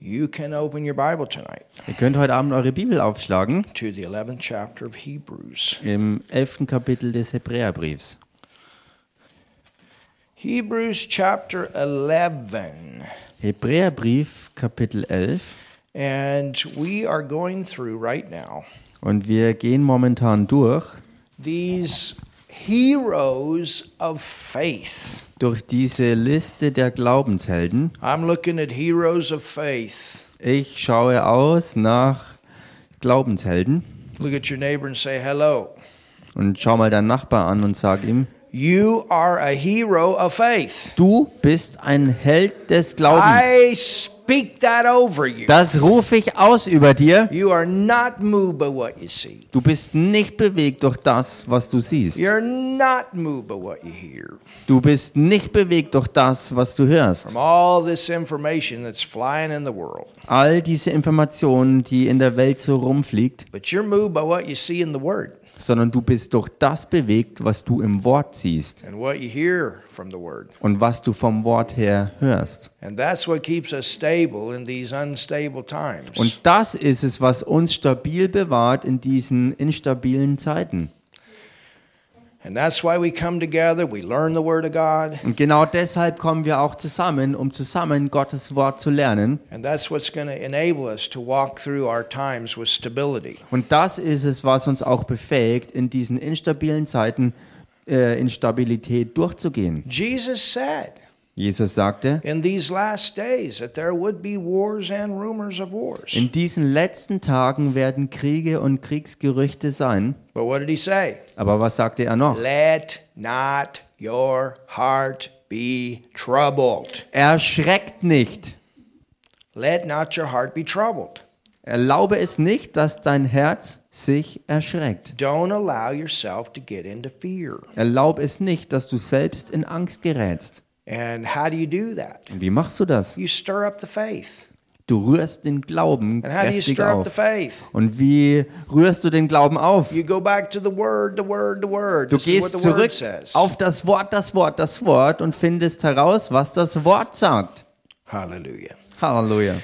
You can open your Bible tonight Ihr könnt heute Abend eure Bibel aufschlagen to the 11th chapter of Hebrews. im 11. Kapitel des Hebräerbriefs. Hebrews chapter 11. Hebräerbrief Kapitel 11 And we are going through right now und wir gehen momentan durch these heroes of faith. durch diese Liste der Glaubenshelden. I'm looking at heroes of faith. Ich schaue aus nach Glaubenshelden Look at your neighbor and say, Hello. und schau mal deinen Nachbar an und sag ihm, You are a hero of faith. du bist ein Held des Glaubens. I speak that over you. Das rufe ich aus über dir. You are not moved by what you see. Du bist nicht bewegt durch das, was du siehst. You're not moved by what you hear. Du bist nicht bewegt durch das, was du hörst. From all this information that's flying in the world. all diese Informationen, die in der Welt so rumfliegt, But you're moved by what you see in the Word sondern du bist durch das bewegt, was du im Wort siehst and what you hear from the Word. und was du vom Wort her hörst. And that's what keeps us stable in these unstable times. Und das ist es, was uns stabil bewahrt in diesen instabilen Zeiten. and that's why we come together, we learn the Word of God, Und genau deshalb kommen wir auch zusammen, um zusammen Gottes Wort zu lernen. and that's what's going to enable us to walk through our times with stability. Und das ist es, was uns auch befähigt, in diesen instabilen Zeiten äh, in Stabilität durchzugehen. Jesus said Jesus sagte, in these last days that there would be wars and rumors of wars. in diesen letzten Tagen werden Kriege und Kriegsgerüchte sein. But what did he say? Aber was sagte er noch? Let not your heart be troubled. Erschreckt nicht. Let not your heart be troubled. Erlaube es nicht, dass dein Herz sich erschreckt. Don't allow yourself to get into fear. Erlaube es nicht, dass du selbst in Angst gerätst. And how do you do that? Und wie machst du das? You stir up the faith. Du rührst den Glauben And how do you kräftig stir up the auf. faith? Und wie rührst du den Glauben auf? You go back to the word, the word, the word. Du This is what gehst the word zurück says. auf das Wort, das Wort, das Wort und findest heraus, was das Wort sagt. Hallelujah. Halleluja.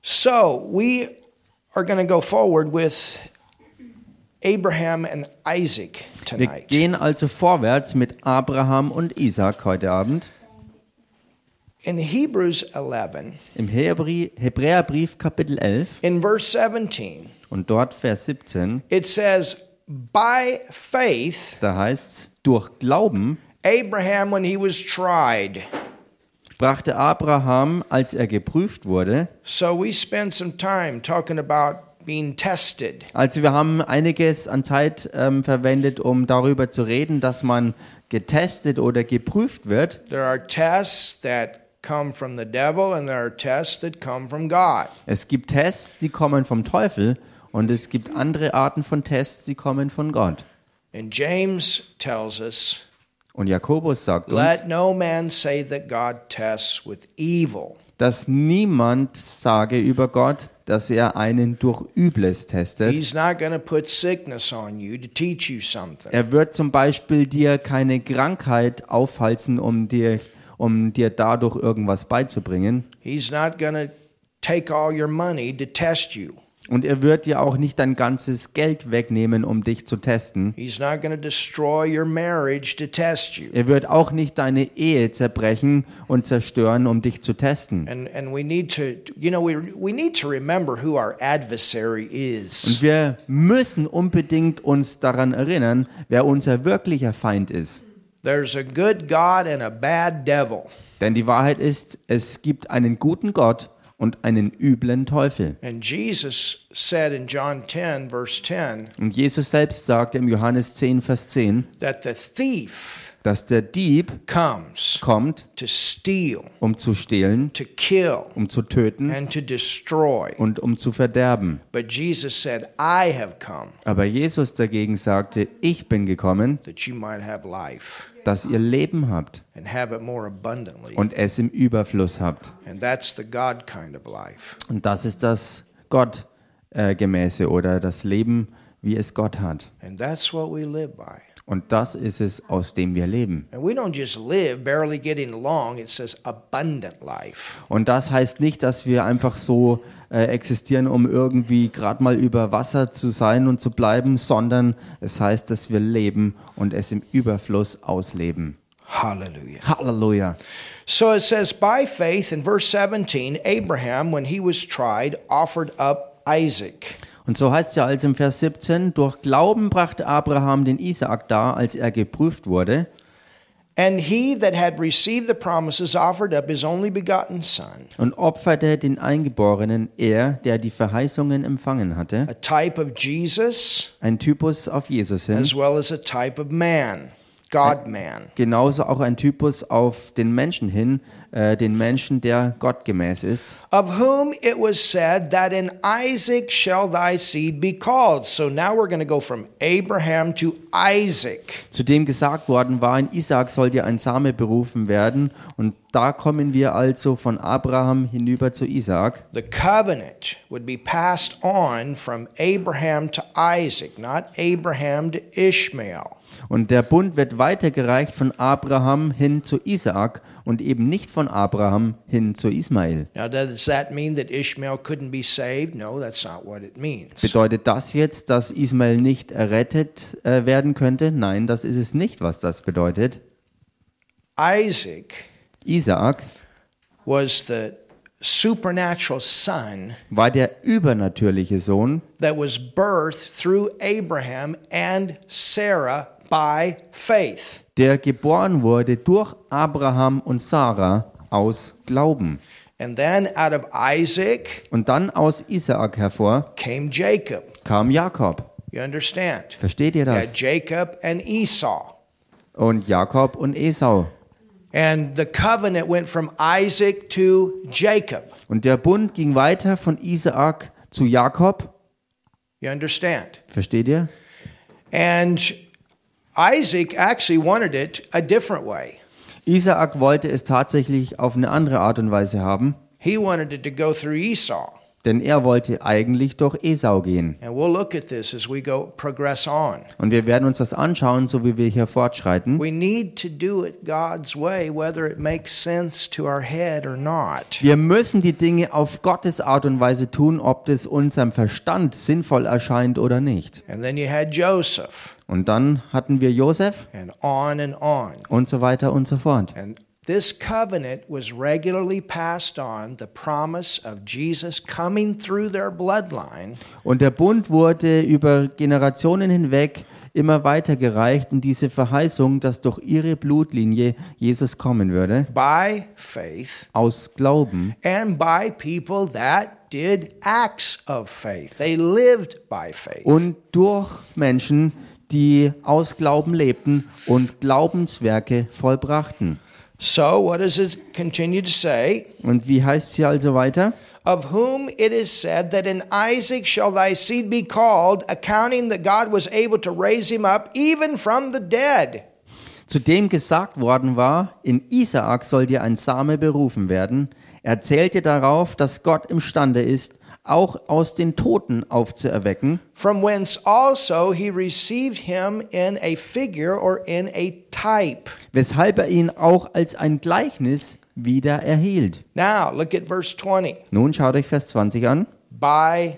So we are going to go forward with Abraham and Isaac Wir tonight. gehen also vorwärts mit Abraham und Isaac heute Abend. In Hebrews 11, Im Hebri- Hebräerbrief Kapitel 11 in verse 17, und dort Vers 17, it says, By faith, da heißt's, durch Glauben Abraham, when he was tried. brachte Abraham, als er geprüft wurde, So we spend some time talking about being tested. also wir haben einiges an Zeit ähm, verwendet, um darüber zu reden, dass man getestet oder geprüft wird. There are tests that come from the devil, and there are tests that come from God. Es gibt Tests, die kommen vom Teufel und es gibt andere Arten von Tests, die kommen von Gott. And James tells us, Und Jakobus sagt uns, Let no man say that God tests with evil. dass niemand sage über Gott, dass er einen durch Übles testet. He's not going to put sickness on you to teach you something. Er wird zum Beispiel dir keine Krankheit aufhalsen, um dir, um dir dadurch irgendwas beizubringen. He's not going to take all your money to test you. Und er wird dir auch nicht dein ganzes Geld wegnehmen, um dich zu testen. He's not going to destroy your marriage to test you. Er wird auch nicht deine Ehe zerbrechen und zerstören, um dich zu testen. And and we need to you know we we need to remember who our adversary Und is. wir müssen unbedingt uns daran erinnern, wer unser wirklicher Feind ist. There's a good God and a bad devil. Denn die Wahrheit ist, es gibt einen guten Gott und einen üblen Teufel. And Jesus said in John 10 verse 10 Und Jesus selbst sagte im Johannes 10, Vers 10, that the thief dass der Dieb comes kommt, to steal, um zu stehlen, to kill, um zu töten and to destroy. und um zu verderben. But Jesus said, "I have come Aber Jesus dagegen sagte, ich bin gekommen, that you might have life dass ihr Leben habt and have it more abundantly." und es im Überfluss habt. And that's the God kind of life. Und das ist das Gottgemäße äh, gemäße oder das Leben, wie es Gott hat. And that's what we live by. Und das ist es, aus dem wir leben. And we don't just live barely getting along, it says abundant life. Und das heißt nicht, dass wir einfach so äh, existieren, um irgendwie gerade mal über Wasser zu sein und zu bleiben, sondern es heißt, dass wir leben und es im Überfluss ausleben. Hallelujah. Halleluja. So it says, by faith in verse 17, Abraham, when he was tried, offered up Isaac. Und so heißt es ja als im Vers 17, durch Glauben brachte Abraham den Isaak dar, als er geprüft wurde. And he that had received the promises offered up his only begotten son, und opferte den Eingeborenen er, der die Verheißungen empfangen hatte, a type of Jesus ein Typus auf Jesus hin, as well as a type of man, God man. genauso auch ein Typus auf den Menschen hin, äh, den Menschen, der gottgemäß ist, of whom it was said that in Isaac shall thy seed be called. So now we're going to go from Abraham to Isaac. zu dem gesagt worden war, in Isaak soll dir ein Same berufen werden, und da kommen wir also von Abraham hinüber zu Isaak. The covenant would be passed on from Abraham to Isaac, not Abraham to Ishmael. Und der Bund wird weitergereicht von Abraham hin zu Isaak und eben nicht von Abraham hin zu Ismael. Now, does that mean that Ishmael couldn't be saved? No, that's not what it means. Bedeutet das jetzt, dass Ismael nicht errettet äh, werden könnte? Nein, das ist es nicht, was das bedeutet. Isaac Isaak was the supernatural son war der übernatürliche Sohn, that was birthed through Abraham and Sarah by faith. der geboren wurde durch Abraham und Sarah aus Glauben. And then out of Isaac Und dann aus Isaak hervor came Jacob. kam Jakob. You understand? Versteht ihr Yeah, das? Jacob and Esau. Und Jakob und Esau. And the covenant went from Isaac to Jacob. Und der Bund ging weiter von Isaak zu Jakob. You understand? Versteht ihr? And Isaac actually wanted it a different way. Isaak wollte es tatsächlich auf eine andere Art und Weise haben. He wanted it to go through Esau. denn er wollte eigentlich durch Esau gehen. And we'll look at this as we go progress on. Und wir werden uns das anschauen, so wie wir hier fortschreiten. We need to do it God's way, whether it makes sense to our head or not. Wir müssen die Dinge auf Gottes Art und Weise tun, ob das unserem Verstand sinnvoll erscheint oder nicht. And then you had Joseph, Und dann hatten wir Josef and on and on. und so weiter und so fort. And this covenant was regularly passed on, the promise of Jesus coming through their bloodline Und der Bund wurde über Generationen hinweg immer weitergereicht und diese Verheißung, dass durch ihre Blutlinie Jesus kommen würde, by faith aus Glauben and by people that did acts of faith. They lived by faith. und durch Menschen, die aus Glauben lebten und Glaubenswerke vollbrachten. So, what does it continue to say? Und wie heißt es hier also weiter? Of whom it is said that in Isaac shall thy seed be called, accounting that God was able to raise him up even from the dead. Zu dem gesagt worden war, in Isaak soll dir ein Same berufen werden, er zählte darauf, dass Gott imstande ist, auch aus den Toten aufzuerwecken, from whence also he received him in a figure or in a type. weshalb er ihn auch als ein Gleichnis wieder erhielt. Now, look at verse 20. Nun schaut euch Vers 20 an. By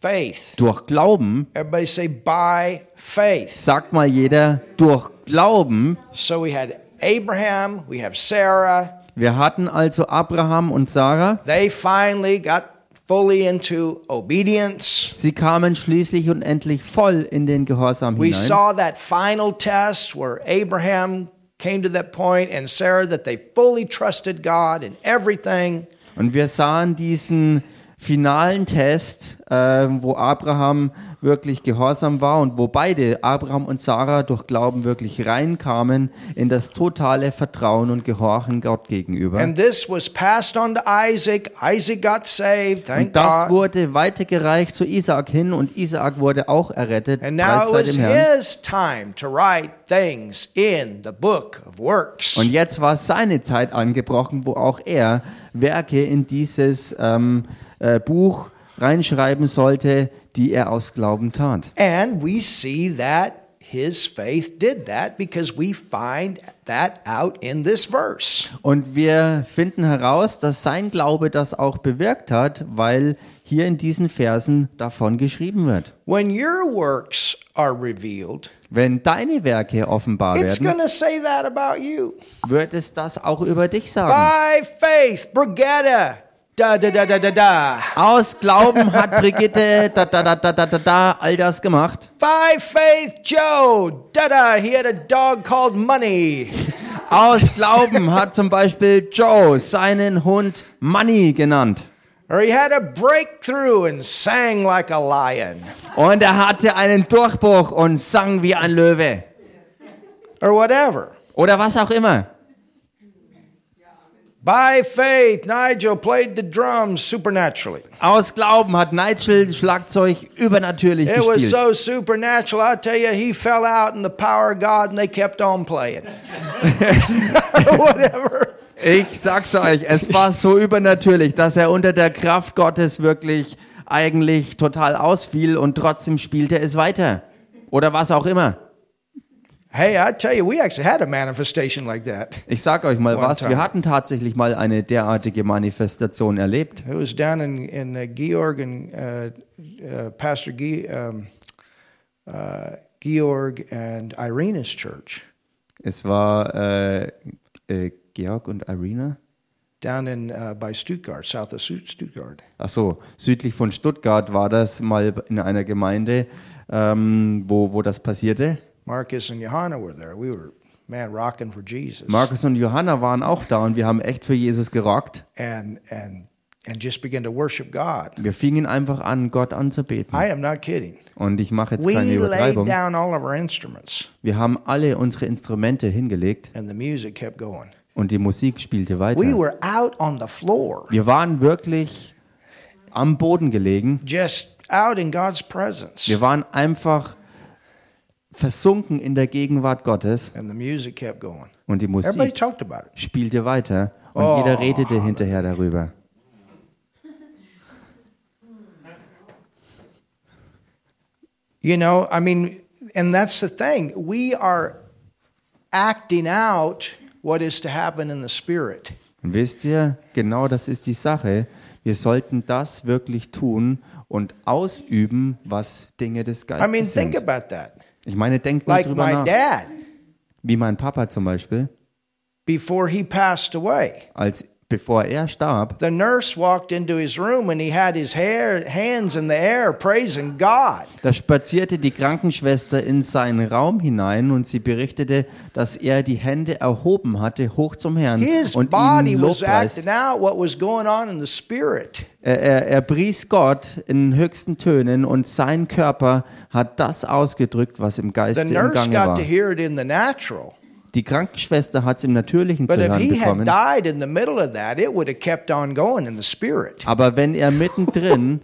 faith. Durch Glauben, Everybody say, by faith. sagt mal jeder, durch Glauben So we had Abraham, we have Sarah. Wir hatten also Abraham und Sarah. They finally got fully into obedience. Sie kamen schließlich und endlich voll in den Gehorsam We hinein. saw that final test where Abraham came to that point and Sarah that they fully trusted God in everything. Und wir sahen diesen finalen Test, äh, wo Abraham wirklich gehorsam war und wo beide, Abraham und Sarah, durch Glauben wirklich reinkamen in das totale Vertrauen und Gehorchen Gott gegenüber. And this was passed on to Isaac. Isaac got saved, thank Und das God. wurde weitergereicht zu Isaak hin und Isaak wurde auch errettet. And now Preis it sei was dem Herrn. his time to write things in the book of works. Und jetzt war seine Zeit angebrochen, wo auch er Werke in dieses ähm, äh, Buch reinschreiben sollte, die er aus Glauben tat. And we see that his faith did that because we find that out in this verse. Und wir finden heraus, dass sein Glaube das auch bewirkt hat, weil hier in diesen Versen davon geschrieben wird. When your works are revealed, Wenn deine Werke offenbar it's werden, going to say that about you. wird es das auch über dich sagen. By faith, Brigetta. Da da da da da da. Aus Glauben hat Brigitte da, da, da, da, da, da, da, all das gemacht. By faith, Joe. Da da. He had a dog called Money. Aus Glauben hat zum Beispiel Joe seinen Hund Money genannt. Or he had a breakthrough and sang like a lion. Und er hatte einen Durchbruch und sang wie ein Löwe. Or whatever. Oder was auch immer. By faith, Nigel played the drums supernaturally. Aus Glauben hat Nigel Schlagzeug übernatürlich It was gespielt. so supernatural. I tell you, he fell out in the power of God and they kept on playing. Or whatever. Ich sag's euch, es war so übernatürlich, dass er unter der Kraft Gottes wirklich eigentlich total ausfiel und trotzdem spielte es weiter. Oder was auch immer. Hey, I tell you, we actually had a manifestation like that. Ich sag euch mal One was, time. wir hatten tatsächlich mal eine derartige Manifestation erlebt. It was down in, in uh, Georg and uh, uh, Pastor Ge- um, uh, Georg and Irina's church Es war äh, äh, Georg und Irina. down in uh, by Stuttgart, south of Stutt- Stuttgart. Ach so, südlich von Stuttgart war das mal in einer Gemeinde, ähm, wo, wo das passierte. Marcus and Johanna were there. We were, man, rocking for Jesus. Markus und Johanna waren auch da und wir haben echt für Jesus gerockt. and, and, and just began to worship God. Wir fingen einfach an, Gott anzubeten. I am not kidding. Und ich mache jetzt keine We laid Übertreibung. down all of our instruments Wir haben alle unsere Instrumente hingelegt and the music kept going. und die Musik spielte weiter. We were out on the floor, Wir waren wirklich am Boden gelegen. just out in God's presence. Wir waren einfach versunken in der Gegenwart Gottes And the music kept going. und die Everybody Oh. Musik talked about it. spielte weiter und jeder redete hinterher darüber. You know, I mean, and that's the thing. We are acting out what is to happen in the spirit. Und wisst ihr, genau das ist die Sache. Wir sollten das wirklich tun und ausüben, was Dinge des I Geistes mean, think sind. about that. Ich meine, denkt mal Like drüber my nach. dad, Wie mein Papa zum Beispiel, before he passed away, als bevor er starb, the nurse walked into his room and he had his hair, hands in the air praising God. da spazierte die Krankenschwester in seinen Raum hinein und sie berichtete, dass er die Hände erhoben hatte, hoch zum Herrn His und body ihn was Lobpreis. acting out what was going on in the spirit. Er, er, er pries Gott in höchsten Tönen und sein Körper hat das ausgedrückt, was im Geiste The im nurse Gange got war. to hear it in the natural. Die Krankenschwester hat es im Natürlichen But zu if hören he had bekommen. died in the middle of that, it would have kept on going in the spirit. Aber wenn er mittendrin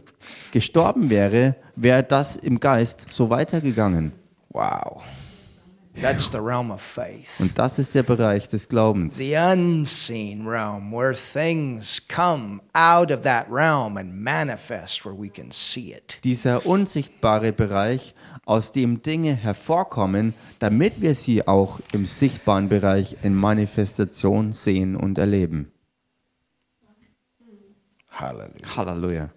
gestorben wäre, wäre das im Geist so weitergegangen. Wow. That's the realm of faith. Und das ist der Bereich des Glaubens. The unseen realm where things come out of that realm and manifest where we can see it. Dieser unsichtbare Bereich, aus dem Dinge hervorkommen, damit wir sie auch im sichtbaren Bereich in Manifestation sehen und erleben. Hallelujah. Halleluja.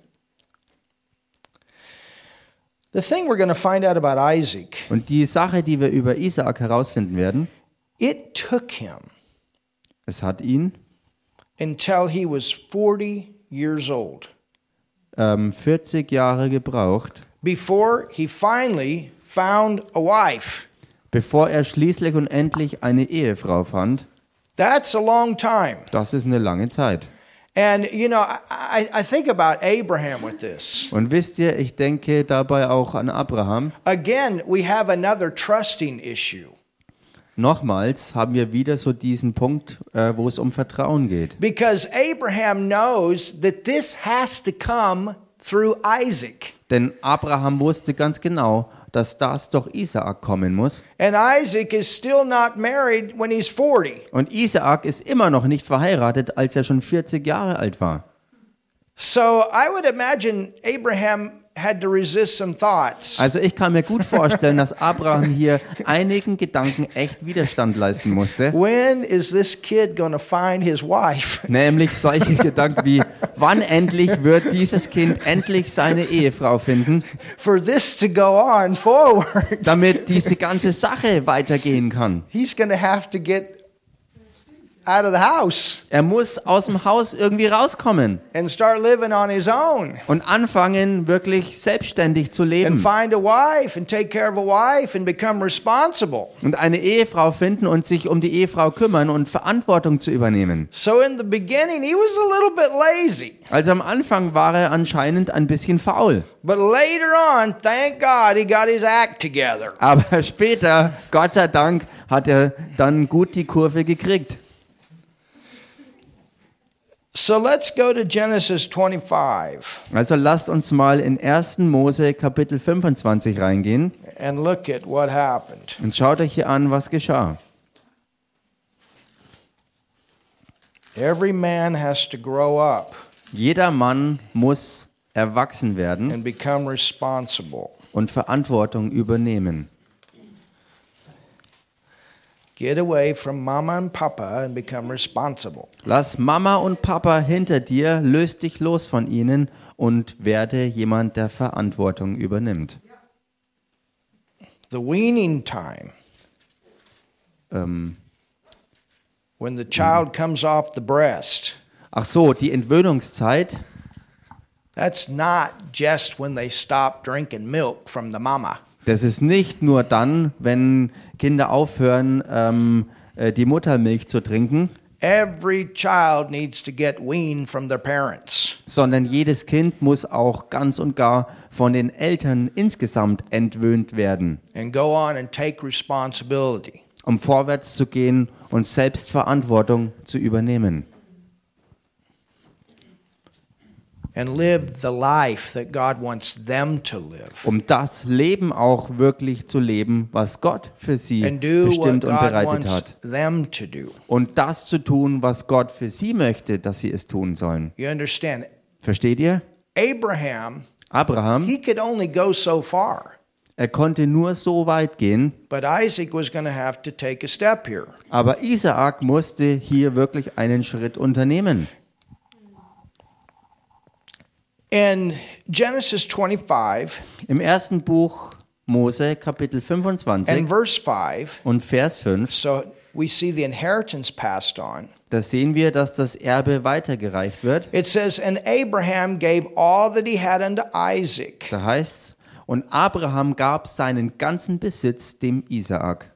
The thing we're going to find out about Isaac, Und die Sache, die wir über Isaak herausfinden werden, it took him es hat ihn until he was 40 years old ähm, 40 Jahre gebraucht, before he finally found a wife. bevor er schließlich und endlich eine Ehefrau fand. That's a long time. Das ist eine lange Zeit. And, you know, I, I, I think about Abraham with this. Und wisst ihr, ich denke dabei auch an Abraham. Again, we have another trusting issue. Nochmals haben wir wieder so diesen Punkt, äh, wo es um Vertrauen geht. Because Abraham knows that this has to come through Isaac. Denn Abraham wusste ganz genau, dass das doch Isaak kommen muss. And Isaac is still not married when he's 40. Und Isaak ist immer noch nicht verheiratet, als er schon 40 Jahre alt war. So I would imagine Abraham had to resist some thoughts. Also ich kann mir gut vorstellen, dass Abraham hier einigen Gedanken echt Widerstand leisten musste. When is this kid going to find his wife? Nämlich solche Gedanken wie, wann endlich wird dieses Kind endlich seine Ehefrau finden, For this to go on forward, damit diese ganze Sache weitergehen kann. he's going to have to get out of the house Er muss aus dem Haus irgendwie rauskommen and start living on his own und anfangen, wirklich selbstständig zu and leben find a wife and take care of a wife and become responsible. und eine Ehefrau finden und sich um die Ehefrau kümmern und Verantwortung zu übernehmen. So in the beginning, he was a little bit lazy, Also am Anfang war er anscheinend ein bisschen faul. but later on, thank God, he got his act together. Aber später, Gott sei Dank, hat er dann gut die Kurve gekriegt. So let's go to Genesis 25 Also lasst uns mal in 1. Mose Kapitel 25 reingehen and look at what happened. und schaut euch hier an, was geschah. Every man has to grow up Jeder Mann muss erwachsen werden and become responsible. und Verantwortung übernehmen. Get away from mama and papa and become responsible. Lass Mama und Papa hinter dir, löst dich los von ihnen und werde jemand, der Verantwortung übernimmt. The weaning time, Ähm, when the child Mm-hmm. comes off the breast, ach so, die Entwöhnungszeit, that's not just when they stop drinking milk from the mama. Das ist nicht nur dann, wenn Kinder aufhören, ähm, äh, die Muttermilch zu trinken, Every child needs to get weaned from their parents. sondern jedes Kind muss auch ganz und gar von den Eltern insgesamt entwöhnt werden, and go on and take responsibility. um vorwärts zu gehen und selbst Verantwortung zu übernehmen And live the life that God wants them to live. um das Leben auch wirklich zu leben, was Gott für sie And do what bestimmt und God bereitet wants hat. them to do. Und das zu tun, was Gott für sie möchte, dass sie es tun sollen. You understand? Versteht ihr? Abraham, Abraham, he could only go so far, er konnte nur so weit gehen, but Isaac was going to have to take a step here. Aber Isaak musste hier wirklich einen Schritt unternehmen. In Genesis 25 Im ersten Buch Mose, Kapitel 25 and verse 5, und Vers 5, so we see the inheritance passed on. da sehen wir, dass das Erbe weitergereicht wird. It says, And Abraham gave all that he had unto Isaac. Da heißt und Abraham gab seinen ganzen Besitz dem Isaak.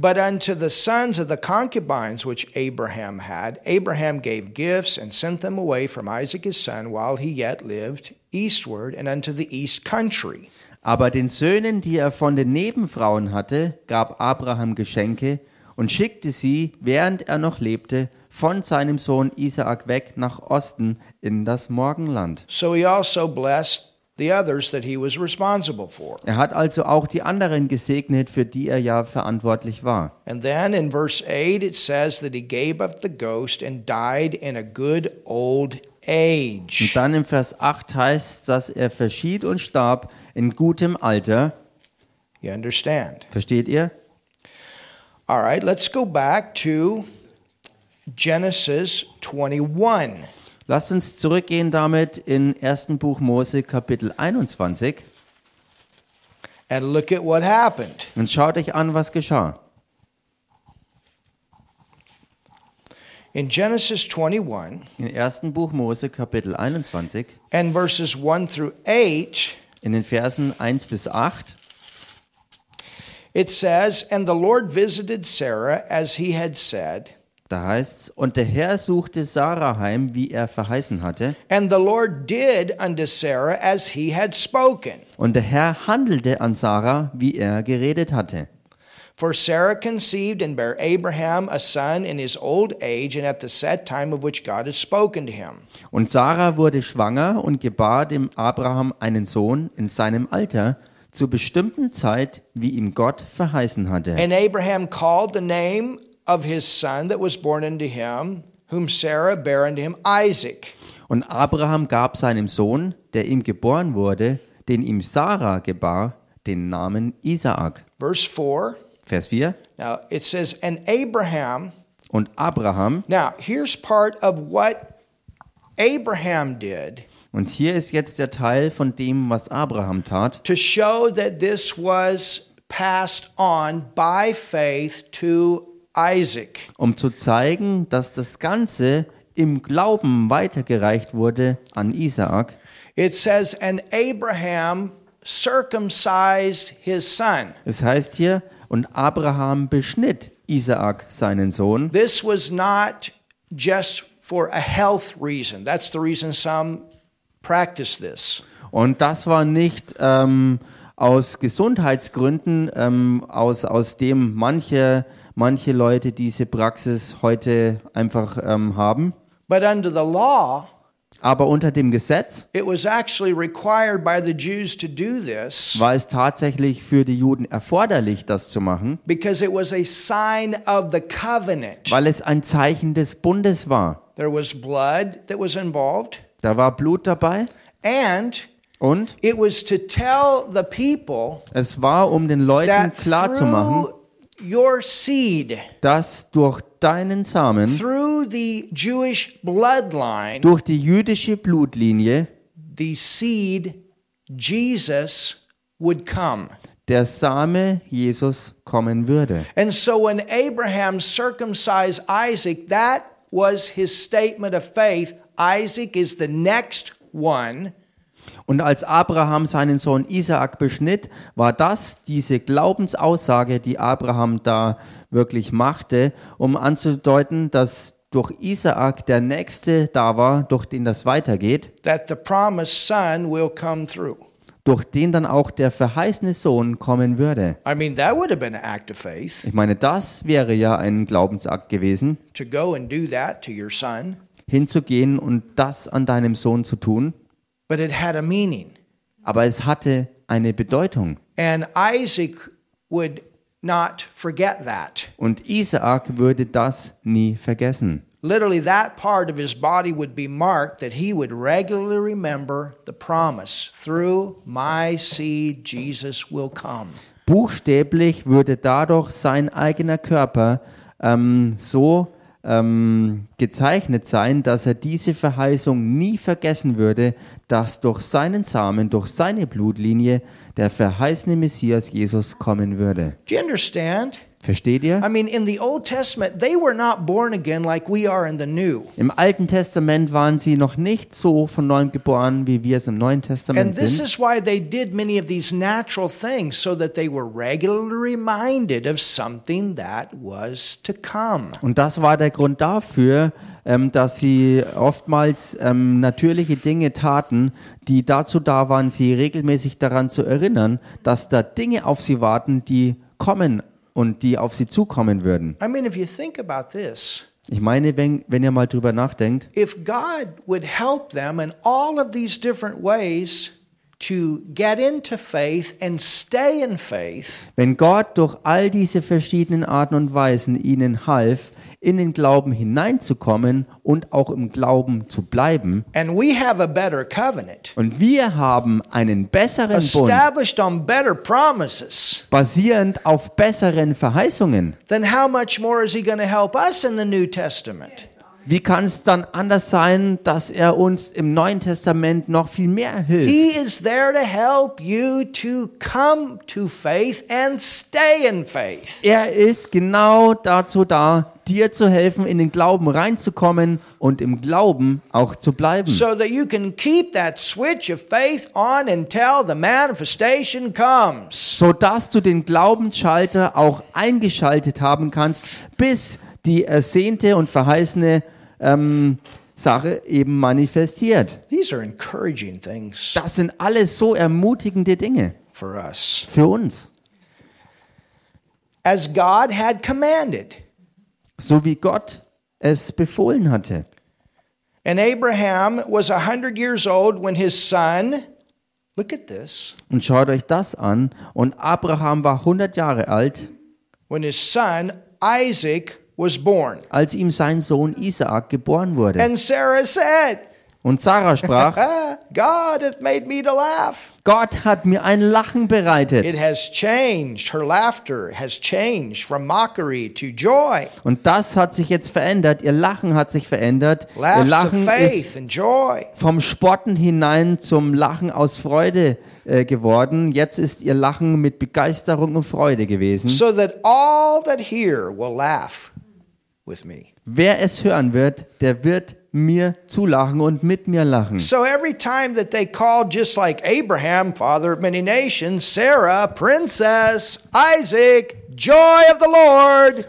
But unto the sons of the concubines which Abraham had, Abraham gave gifts and sent them away from Isaac his son while he yet lived eastward and unto the east country. Aber den Söhnen, die er von den Nebenfrauen hatte, gab Abraham Geschenke und schickte sie, während er noch lebte, von seinem Sohn Isaak weg nach Osten in das Morgenland. So he also blessed the others that he was responsible for. Er hat also auch die anderen gesegnet, für die er ja verantwortlich war. And then in verse 8 it says that he gave up the ghost and died in a good old Und age. dann im Vers 8 heißt, dass er verschied und starb in gutem Alter. You understand? Versteht ihr? All right, let's go back to Genesis 21. Lasst uns zurückgehen damit in 1. Buch Mose Kapitel 21 And look at what happened. und schaut euch an, was geschah. In Genesis 21 In 1. Buch Mose Kapitel 21 and verses 1 through 8, in den Versen 1 bis 8 it says, And the Lord visited Sarah as he had said, da heißt's, und der Herr suchte Sarah heim, wie er verheißen hatte, and the Lord did unto Sarah as he had spoken. und der Herr handelte an Sarah, wie er geredet hatte. For Sarah conceived and bare Abraham a son in his old age and at the set time of which God had spoken to him. Und Sarah wurde schwanger und gebar dem Abraham einen Sohn in seinem Alter, zur bestimmten Zeit, wie ihm Gott verheißen hatte. And Abraham called the name of his son that was born unto him, whom Sarah bare unto him, Isaac. Und Abraham gab seinem Sohn, der ihm geboren wurde, den ihm Sarah gebar, den Namen Isaak. Verse 4. Vers 4. Now it says, And Abraham, Und Abraham, now here's part of what Abraham did und hier ist jetzt der Teil von dem, was Abraham tat, to show that this was passed on by faith to Isaac. um zu zeigen, dass das Ganze im Glauben weitergereicht wurde an Isaak. It says, And Abraham circumcised his son. Es heißt hier, und Abraham beschnitt Isaak seinen Sohn. This was not just for a health reason. That's the reason some practice this. Und das war nicht ähm, aus Gesundheitsgründen, ähm, aus, aus dem manche, manche Leute diese Praxis heute einfach ähm, haben. But under the law, Aber unter dem Gesetz it was actually required by the Jews to do this war es tatsächlich für die Juden erforderlich, das zu machen, because it was a sign of the covenant. weil es ein Zeichen des Bundes war. There was blood that was involved, Da war Blut dabei and und it was to tell the people es war, um den Leuten that klarzumachen, through your seed, dass durch deinen Samen, through the Jewish bloodline, durch die jüdische Blutlinie, the seed Jesus would come. der Same Jesus kommen würde. And so when Abraham circumcised Isaac, that was his statement of faith. Isaac is the next one Und als Abraham seinen Sohn Isaak beschnitt, war das diese Glaubensaussage, die Abraham da wirklich machte, um anzudeuten, dass durch Isaak der Nächste da war, durch den das weitergeht, that the promised son will come through. durch den dann auch der verheißene Sohn kommen würde. I mean, that would have been an act of faith Ich meine, das wäre ja ein Glaubensakt gewesen, to go and do that to your son, hinzugehen und das an deinem Sohn zu tun, but it had a meaning. aber es hatte eine Bedeutung. And Isaac would not forget that. Und Isaak würde das nie vergessen. Literally, that part of his body would be marked that he would regularly remember the promise through my seed, Jesus will come. Buchstäblich würde dadurch sein eigener Körper ähm, so ähm, gezeichnet sein, dass er diese Verheißung nie vergessen würde, dass durch seinen Samen, durch seine Blutlinie der verheißene Messias Jesus kommen würde. Do you understand? Versteht ihr? I mean, in the Old Testament, they were not born again like we are in the New. Im Alten Testament waren sie noch nicht so von neuem geboren, wie wir es im Neuen And Testament this sind. is why they did many of these natural things, so that they were regularly reminded of something that was to come. Und das war der Grund dafür, ähm, dass sie oftmals ähm, natürliche Dinge taten, die dazu da waren, sie regelmäßig daran zu erinnern, dass da Dinge auf sie warten, die kommen und die auf sie zukommen würden. I mean, if you think about this, Ich meine, wenn, wenn ihr mal drüber nachdenkt, if God would help them in all of these different ways to get into faith and stay in faith, wenn Gott durch all diese verschiedenen Arten und Weisen ihnen half, in den Glauben hineinzukommen und auch im Glauben zu bleiben, and we have a better covenant und wir haben einen besseren Bund, established on better promises, basierend auf besseren Verheißungen. then how much more is He going to help us in the New Testament? Wie kann es dann anders sein, dass er uns im Neuen Testament noch viel mehr hilft? He is there to help you to come to faith and stay in faith. Er ist genau dazu da, dir zu helfen, in den Glauben reinzukommen und im Glauben auch zu bleiben, So that you can keep that switch of faith on until the manifestation comes. sodass du den Glaubensschalter auch eingeschaltet haben kannst, bis die ersehnte und verheißene ähm, Sache eben manifestiert. These are encouraging things Das sind alles so ermutigende Dinge for us. für uns, As God had commanded. so wie Gott es befohlen hatte. And Abraham was a 100 years old when his son, look at this, Und schaut euch das an. Und Abraham war 100 Jahre alt, when his son Isaac was born. als ihm sein Sohn Isaak geboren wurde. And Sarah said, Und Sarah sprach, Ah, God hath made me to laugh. Gott hat mir ein Lachen It bereitet. has changed. Her laughter has changed from mockery to joy. Und das hat sich jetzt verändert. Ihr Lachen hat sich verändert. Ihr Laughs of Lachen faith ist and joy. vom Spotten hinein zum Lachen aus Freude äh, geworden. Jetzt ist ihr Lachen mit Begeisterung und Freude gewesen. So that all that hear will laugh with me. Wer es hören wird, der wird mir zulachen und mit mir lachen. So every time that they called, just like Abraham, father of many nations, Sarah, princess, Isaac, joy of the Lord,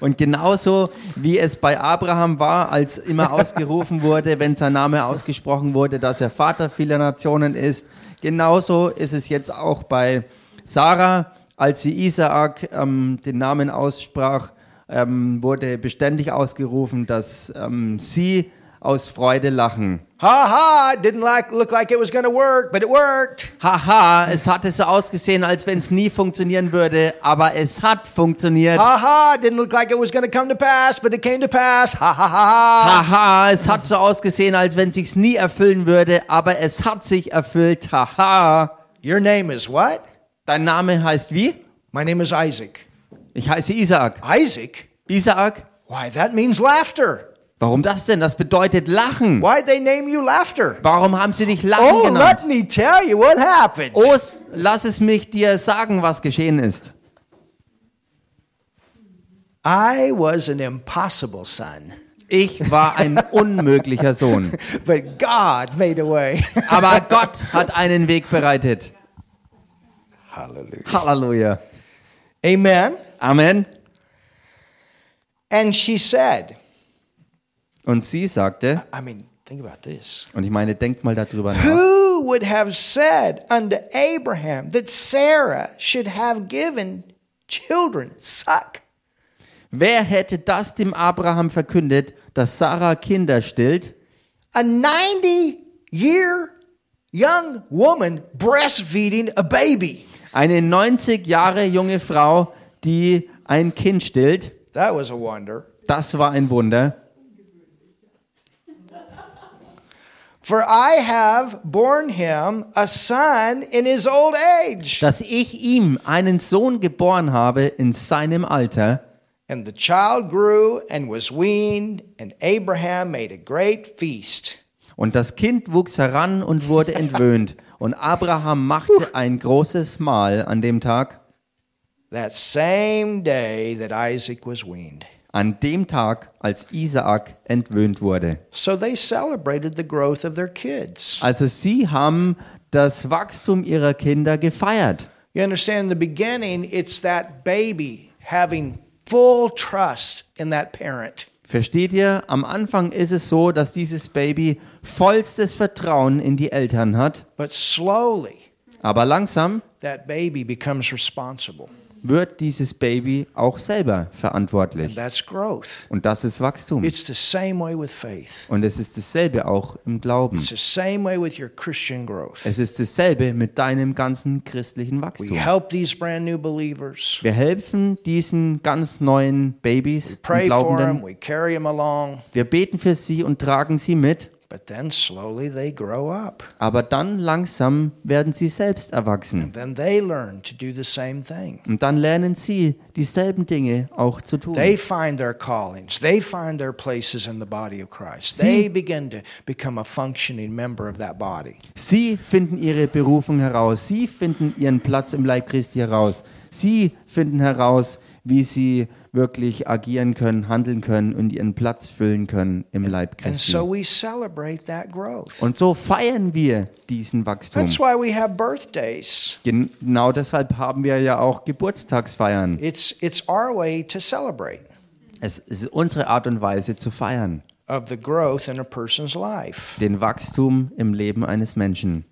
Und genauso wie es bei Abraham war, als immer ausgerufen wurde, wenn sein Name ausgesprochen wurde, dass er Vater vieler Nationen ist, genauso ist es jetzt auch bei Sarah, als sie Isaak ähm, den Namen aussprach, ähm, wurde beständig ausgerufen, dass ähm, sie aus Freude lachen. ha ha, it didn't like, look like it was going to work, but it worked. Haha, es hatte so ausgesehen, als wenn es nie funktionieren würde, aber es hat funktioniert. Ha ha, it didn't look like it was going to come to pass, but it came to pass. Ha ha ha ha. Haha, es hat so ausgesehen, als wenn sich's nie erfüllen würde, aber es hat sich erfüllt. Haha. Your name is what? Dein Name heißt wie? My name is Isaac. Ich heiße Isaac. Isaac? Isaac? Why, that means laughter. Warum das denn? Das bedeutet Lachen. Why'd they name you laughter? Warum haben sie dich Lachen Oh, genannt? let me tell you what happened. Oh, s- lass es mich dir sagen, was geschehen ist. I was an impossible son, Ich war ein unmöglicher Sohn. but God made a way. Aber Gott hat einen Weg bereitet. Hallelujah. Halleluja. Amen. Amen. And she said, Und sie sagte, I mean, think about this. und ich meine, denkt mal darüber nach. Who would have said unto Abraham that Sarah should have given children suck? Wer hätte das dem Abraham verkündet, dass Sarah Kinder stillt? A 90 year young woman breastfeeding a baby. Eine 90 Jahre junge Frau, die ein Kind stillt. That was a wonder. Das war ein Wunder. For I have borne him a son in his old age. Dass ich ihm einen Sohn geboren habe in seinem Alter. And the child grew and was weaned, and Abraham made a great feast. Und das Kind wuchs heran und wurde entwöhnt. Und Abraham machte ein großes Mahl an dem Tag. That same day that Isaac was weaned. An dem Tag, als Isaak entwöhnt wurde. So they celebrated the growth of their kids. Also sie haben das Wachstum ihrer Kinder gefeiert. You understand, in the beginning, it's that baby having full trust in that parent. Versteht ihr? Am Anfang ist es so, dass dieses Baby vollstes Vertrauen in die Eltern hat, But slowly, aber langsam that baby becomes responsible. wird dieses Baby auch selber verantwortlich. That's growth. Und das ist Wachstum. It's the same way with faith, Und es ist dasselbe auch im Glauben. it's the same way with your Christian growth. Es ist dasselbe mit deinem ganzen christlichen We Wachstum. help these brand new believers. Wir helfen diesen ganz neuen Babys, und pray for them, Glaubenden. we carry them along, Wir beten für sie und tragen sie mit, but then slowly they grow up. aber dann langsam werden sie selbst erwachsen. Then they learn to do the same thing. Und dann lernen sie dieselben Dinge auch zu tun. They find their callings. They find their places in the body of Christ. Sie- They begin to become a functioning member of that body. Sie finden ihre Berufung heraus. Sie finden ihren Platz im Leib Christi heraus. Sie finden heraus, wie sie wirklich agieren können, handeln können und ihren Platz füllen können im Leib And Christi. so we celebrate that growth. Und so feiern wir diesen Wachstum. That's why we have birthdays. Gen- Genau deshalb haben wir ja auch Geburtstagsfeiern. It's, it's our way to celebrate Es ist unsere Art und Weise zu feiern. of the growth in a person's life. Den Wachstum im Leben eines Menschen.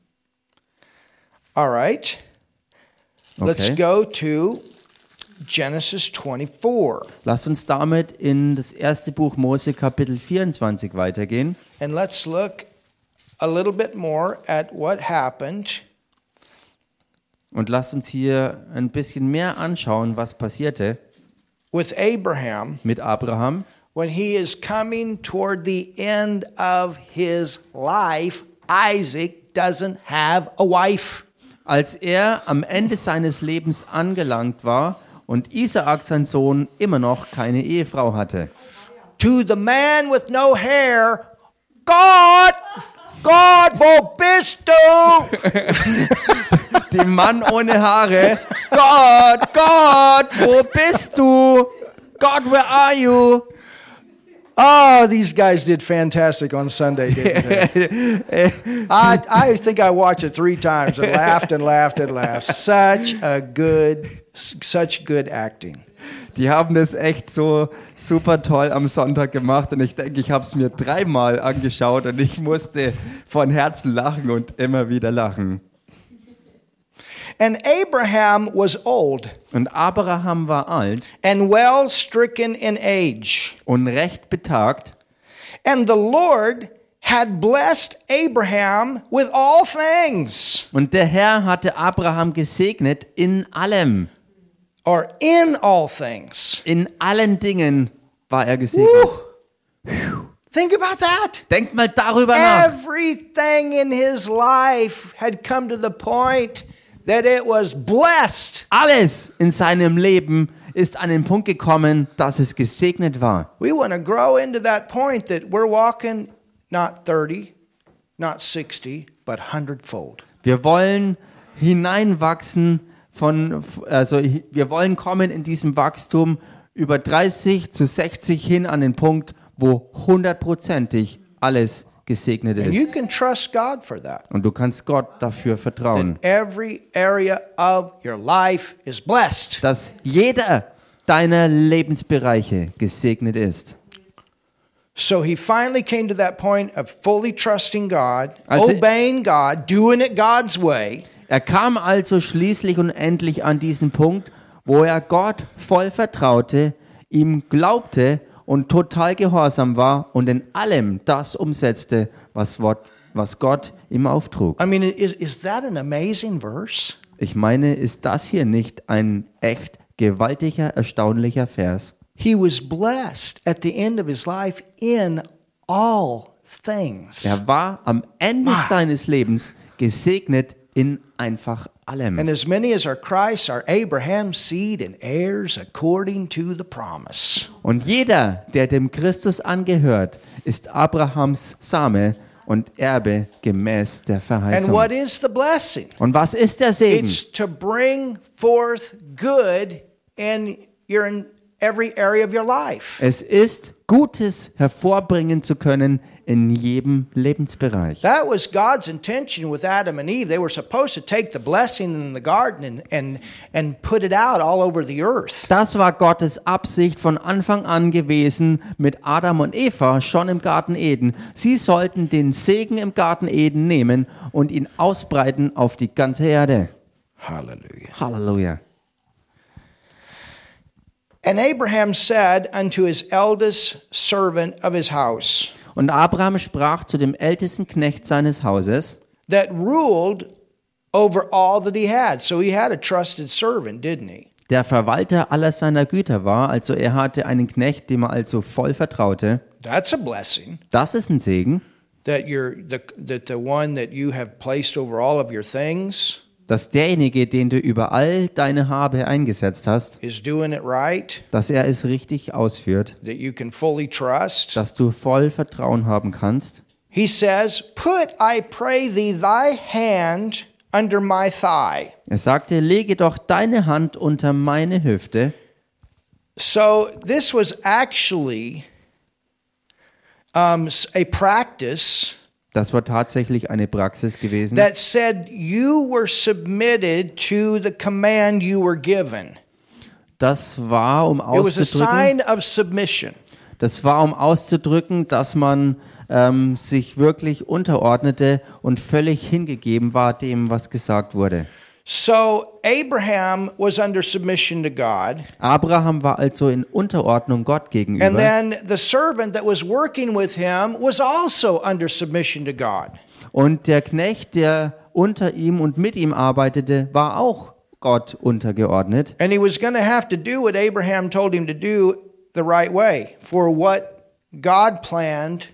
All right, let's Okay. go to Genesis 24. Lasst uns damit in das erste Buch Mose Kapitel 24 weitergehen. And let's look a little bit more at what happened Und lasst uns hier ein bisschen mehr anschauen, was passierte with Abraham mit Abraham when he is coming toward the end of his life, Isaac doesn't have a wife. Als er am Ende seines Lebens angelangt war und Isaak, sein Sohn, immer noch keine Ehefrau hatte. To the man with no hair, God, God, wo bist du? Dem Mann ohne Haare, Gott, Gott, wo bist du? Gott, where are you? Oh, these guys did fantastic on Sunday, didn't they? I, I think I watched it three times and laughed and laughed and laughed. Such a good, such good acting. Die haben das echt so super toll am Sonntag gemacht und ich denke, ich habe es mir dreimal angeschaut und ich musste von Herzen lachen und immer wieder lachen. And Abraham was old Und Abraham war alt and well stricken in age. und recht betagt And the Lord had blessed Abraham with all things, und der Herr hatte Abraham gesegnet in allem. or in all things. In allen Dingen war er gesegnet. Think about that. Denkt mal darüber nach. Everything in his life had come to the point that it was blessed. Alles in seinem Leben ist an den Punkt gekommen, dass es gesegnet war. We want to grow into that point that we're walking not 30, not 60, but hundredfold. Wir wollen hineinwachsen von, also wir wollen kommen in diesem Wachstum über 30 zu 60 hin an den Punkt, wo hundertprozentig alles gesegnet And you ist. can trust God for that. Und du kannst Gott dafür vertrauen, Every area of your life is blessed. dass jeder deiner Lebensbereiche gesegnet ist. So he finally came to that point of fully trusting God, Also- obeying God, doing it God's way. Er kam also schließlich und endlich an diesen Punkt, wo er Gott voll vertraute, ihm glaubte und total gehorsam war und in allem das umsetzte, was, Wort, was Gott ihm auftrug. I mean, is, is that an amazing verse? Ich meine, ist das hier nicht ein echt gewaltiger, erstaunlicher Vers? He was blessed at the end of his life in all things. Er war am Ende seines Lebens gesegnet in einfach allem. And as many as are Christ are Abraham's seed and heirs according to the promise. Und jeder, der dem Christus angehört, ist Abrahams Same und Erbe gemäß der And Verheißung. what is the Hmm. blessing? Und was ist der Segen? It's to bring forth good in your in every area of your life. Es ist Gutes hervorbringen zu können in jedem Lebensbereich. That was God's intention with Adam and Eve. They were supposed to take the blessing in the garden and, and, and put it out all over the earth. Das war Gottes Absicht von Anfang an gewesen mit Adam und Eva schon im Garten Eden. Sie sollten den Segen im Garten Eden nehmen und ihn ausbreiten auf die ganze Erde. Hallelujah. Halleluja. And Abraham said unto his eldest servant of his house, Und Abraham sprach zu dem ältesten Knecht seines Hauses, that ruled over all that he had. So he had a trusted servant, didn't he? der Verwalter aller seiner Güter war, also er hatte einen Knecht, dem er also voll vertraute. That's a blessing Das ist ein Segen, that you're the, that the one that you have placed over all of your things dass derjenige, den du über all deine Habe eingesetzt hast, is doing it right, dass er es richtig ausführt, that you can fully trust. dass du voll Vertrauen haben kannst. He says, "Put I pray thee thy hand under my thigh." Er sagte, lege doch deine Hand unter meine Hüfte. So this was actually um, a practice Das war tatsächlich eine Praxis gewesen, that said you were submitted to the command you were given. das war, um It was a auszudrücken, sign of submission. das war, um auszudrücken, dass man ähm, sich wirklich unterordnete und völlig hingegeben war dem, was gesagt wurde. So Abraham was under submission to God. Abraham war also in Unterordnung Gott And gegenüber then the servant that was working with him was also under submission to God. und der Knecht, der unter ihm und mit ihm arbeitete, war auch Gott untergeordnet. And he was going to have to do what Abraham told him to do the right way for what God planned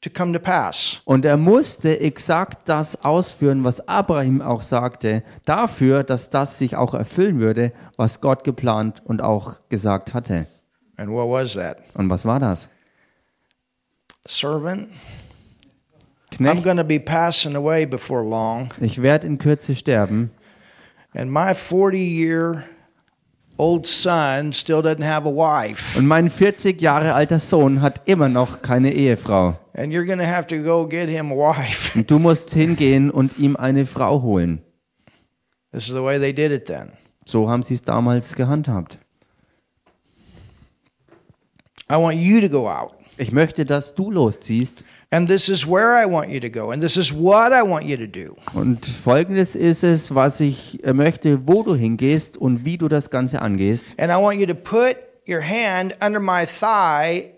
to come to pass. Und er musste exakt das ausführen, was Abraham auch sagte, dafür, dass das sich auch erfüllen würde, was Gott geplant und auch gesagt hatte. And what was that? Und was war das? Servant, I'm Knecht, going to be passing away before long, ich werde in Kürze sterben and my 40 year old son still doesn't have a wife, und mein 40 Jahre alter Sohn hat immer noch keine Ehefrau. and you're going to have to go get him a wife. Und du musst hingehen und ihm eine Frau holen. this is the way they did it then. So haben sie es damals gehandhabt. I want you to go out. Ich möchte, dass du losziehst. And this is where I want you to go, and this is what I want you to do. Und folgendes ist es, was ich äh, möchte, wo du hingehst und wie du das Ganze angehst. And I want you to put your hand under my thigh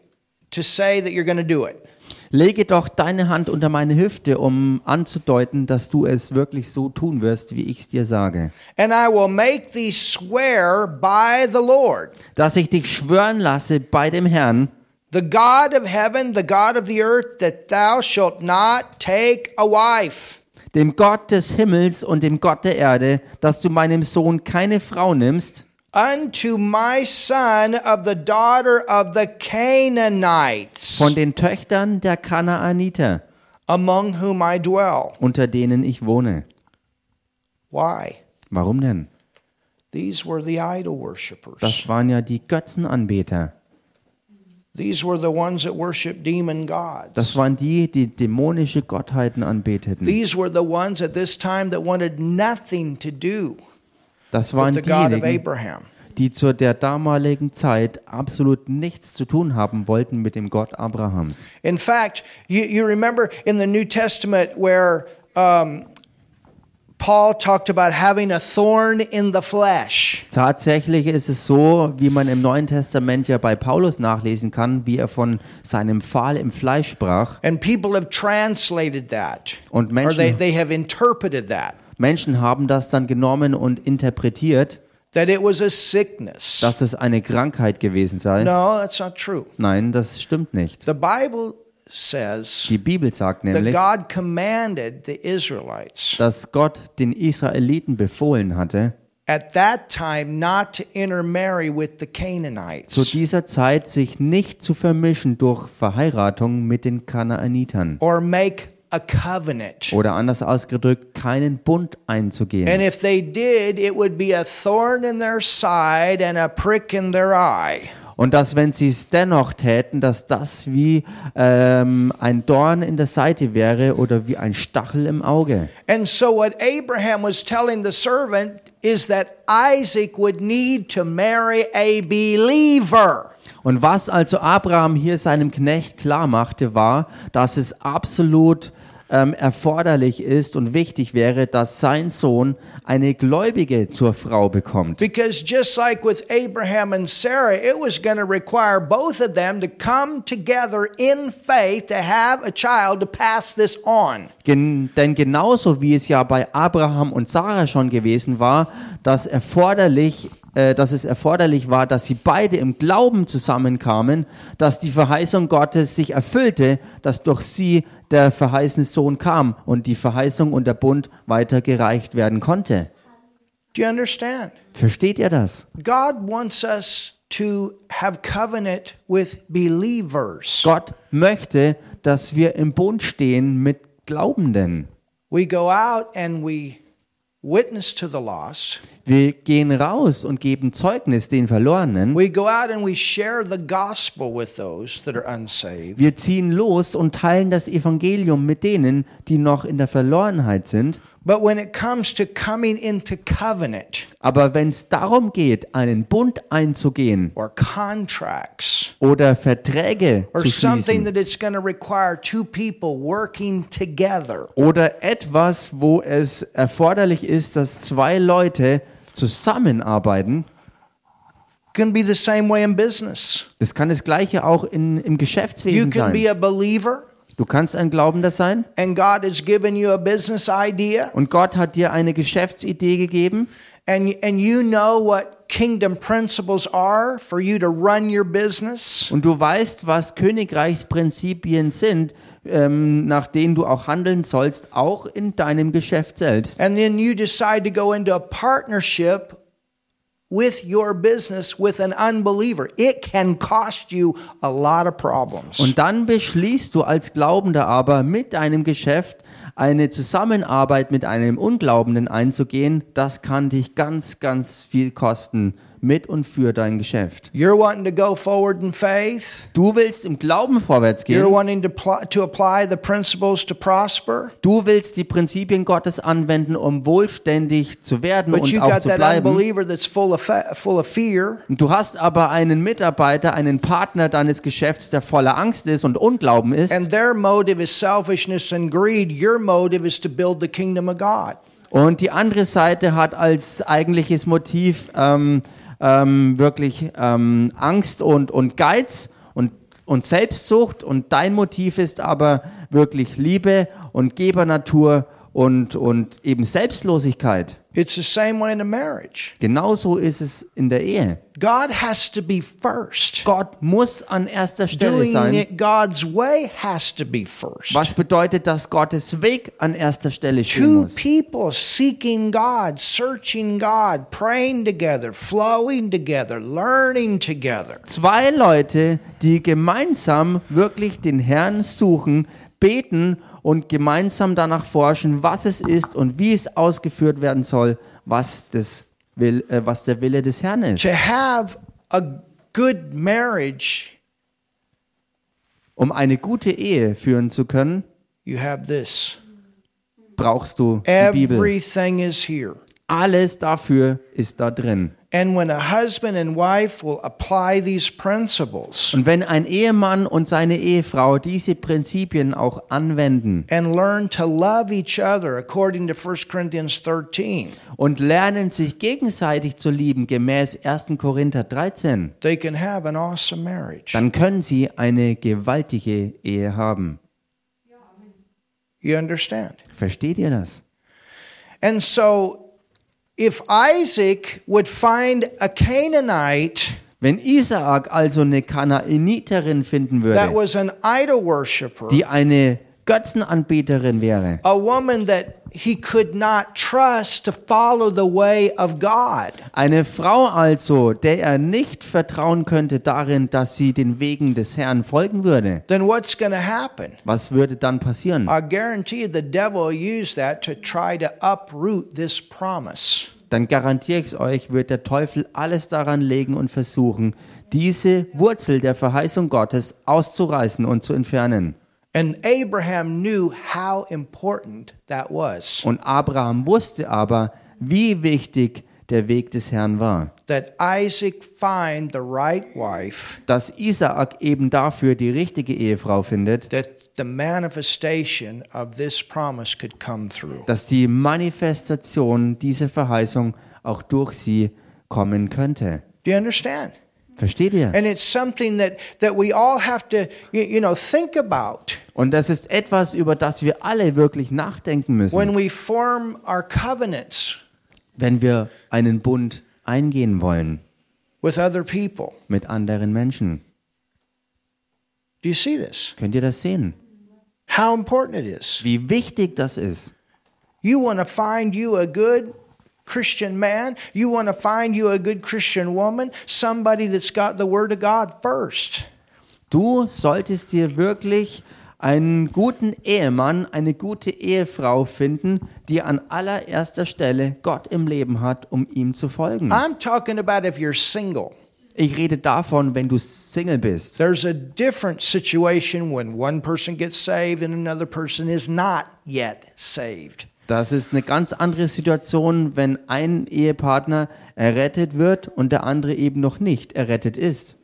to say that you're going to do it. Lege doch deine Hand unter meine Hüfte, um anzudeuten, dass du es wirklich so tun wirst, wie ich es dir sage. And I will make thee swear by the Lord, Dass ich dich schwören lasse bei dem Herrn, the God of heaven, the God of the earth, that thou shalt not take a wife. dem Gott des Himmels und dem Gott der Erde, dass du meinem Sohn keine Frau nimmst, Unto my son of the daughter of the Canaanites, von den Töchtern der Kanaaniter, among whom I dwell. unter denen ich wohne. Why? Warum denn? These were the idol worshippers. Das waren ja die Götzenanbeter. These were the ones that worship demon gods. Das waren die, die dämonische Gottheiten anbeteten. These were the ones at this time that wanted nothing to do Das waren with the God of diejenigen, Abraham. die zu der damaligen Zeit absolut nichts zu tun haben wollten mit dem Gott Abrahams. In fact, you, you remember in the New Testament where um, Paul talked about having a thorn in the flesh. Tatsächlich ist es so, wie man im Neuen Testament ja bei Paulus nachlesen kann, wie er von seinem Pfahl im Fleisch sprach. And people have translated that, Und or they, Menschen, they have interpreted that, Menschen haben das dann genommen und interpretiert, that it was a sickness. dass es eine Krankheit gewesen sei. No, that's not true. Nein, das stimmt nicht. The Bible says Die Bibel sagt that nämlich, God commanded the Israelites dass Gott den Israeliten befohlen hatte, at that time not to intermarry with the Canaanites. zu dieser Zeit sich nicht zu vermischen durch Verheiratung mit den Kanaanitern or make a covenant. oder anders ausgedrückt keinen Bund And einzugehen. if they did, it would be a thorn in their side and a prick in their eye. Und dass, wenn sie es dennoch täten, dass das wie ähm, ein Dorn in der Seite wäre oder wie ein Stachel im Auge. And so, what Abraham was telling the servant is that Isaac would need to marry a believer. Und was also Abraham hier seinem Knecht klar machte, war, dass es absolut ähm, erforderlich ist und wichtig wäre, dass sein Sohn eine Gläubige zur Frau bekommt. Because just like with Abraham and Sarah, it was going to require both of them to come together in faith to have a child to pass this on. Gen denn genauso wie es ja bei Abraham und Sarah schon gewesen war, dass, erforderlich, äh, dass es erforderlich war, dass sie beide im Glauben zusammenkamen, dass die Verheißung Gottes sich erfüllte, dass durch sie der verheißene Sohn kam und die Verheißung und der Bund weitergereicht werden konnte. Do you understand? Versteht ihr das? God wants us to have covenant with believers. Gott möchte, dass wir im Bund stehen mit Glaubenden. We go out and we witness to the lost. Wir gehen raus und geben Zeugnis den Verlorenen. We go out and we share the gospel with those that are unsaved. Wir ziehen los und teilen das Evangelium mit denen, die noch in der Verlorenheit sind. But when it comes to coming into covenant Aber wenn es darum geht, einen Bund einzugehen or contracts oder Verträge or zu something schließen that it's going to require two people working together, oder etwas, wo es erforderlich ist, dass zwei Leute zusammenarbeiten, it can be the same way in business. das kann das Gleiche auch in, im You Geschäftswesen can be sein. a believer Du kannst ein Glaubender sein and God has given you a business idea und Gott hat dir eine Geschäftsidee gegeben and and you know what kingdom principles are for you to run your business? Und du weißt, was Königreichsprinzipien sind, ähm, nach denen du auch handeln sollst, auch in deinem Geschäft selbst. And then you decide to go into a partnership with your business with an unbeliever. It can cost you a lot of problems. Und dann beschließt du als Glaubender aber mit deinem Geschäft eine Zusammenarbeit mit einem Unglaubenden einzugehen. Das kann dich ganz, ganz viel kosten mit und für dein Geschäft. You're wanting to go forward in faith. Du willst im Glauben vorwärts You're gehen. wanting to, pl- to apply the principles to prosper. Du willst die Prinzipien Gottes anwenden, um wohlständig zu werden But und you auch got zu that bleiben. unbeliever that's full of, fa- full of fear. Und Du hast aber einen Mitarbeiter, einen Partner deines Geschäfts, der voller Angst ist und Unglauben ist. And their motive is selfishness and greed. Your motive is to build the kingdom of God. Und die andere Seite hat als eigentliches Motiv ähm, ähm, wirklich ähm, Angst und, und Geiz und, und Selbstsucht. Und dein Motiv ist aber wirklich Liebe und Gebernatur und, und eben Selbstlosigkeit. It's the same way in a marriage. Genauso ist es in der Ehe. God has to be first. Gott muss an erster Stelle Doing sein. it God's way has to be first. Was bedeutet, dass Gottes Weg an erster Stelle stehen Two muss? people seeking God, searching God, praying together, flowing together, learning together. zwei Leute, die gemeinsam wirklich den Herrn suchen, beten und gemeinsam danach forschen, was es ist und wie es ausgeführt werden soll, was, das will, äh, was der Wille des Herrn ist. To have a good marriage, Um eine gute Ehe führen zu können, you have this. brauchst du die Bibel. Everything is here. Alles dafür ist da drin. And when a husband and wife will apply these principles Und wenn ein Ehemann und seine Ehefrau diese Prinzipien auch anwenden and learn to love each other according to 1 Corinthians 13, und lernen, sich gegenseitig zu lieben, gemäß 1. Korinther 13, they can have an awesome marriage. dann können sie eine gewaltige Ehe haben. You understand? Versteht ihr das? And so, if Isaac would find a Canaanite Wenn Isaak also eine Kanaaniterin finden that würde, was an idol worshiper, die eine Götzenanbeterin wäre, a woman that he could not trust to follow the way of God, eine Frau also, der er nicht vertrauen könnte darin, dass sie den Wegen des Herrn folgen würde, then what's going to happen? was würde dann passieren? I guarantee you the devil will use that to try to uproot this promise. Dann garantiere ich euch, wird der Teufel alles daran legen und versuchen, diese Wurzel der Verheißung Gottes auszureißen und zu entfernen. And Abraham knew how important that was Und Abraham wusste aber, wie wichtig der Weg des Herrn war, that Isaac find the right wife, dass Isaak eben dafür die richtige Ehefrau findet, that the manifestation of this promise could come through. dass die Manifestation dieser Verheißung auch durch sie kommen könnte. Do you understand? Versteht ihr? And it's something that, that we all have to, you, you know, think about Und das ist etwas, über das wir alle wirklich nachdenken müssen, when we form our covenants wenn wir einen Bund eingehen wollen with other people. mit anderen Menschen. Do you see this? Könnt ihr das sehen? How important it is. Wie wichtig das ist. You want to find you a good Christian man, you want to find you a good Christian woman, somebody that's got the Word of God first. Du solltest dir wirklich einen guten Ehemann, eine gute Ehefrau finden, die an allererster Stelle Gott im Leben hat, um ihm zu folgen. I'm talking about if you're single. Ich rede davon, wenn du Single bist. There's a different situation when one person gets saved and another person is not yet saved. Das ist eine ganz andere Situation, wenn ein Ehepartner errettet wird und der andere eben noch nicht errettet ist.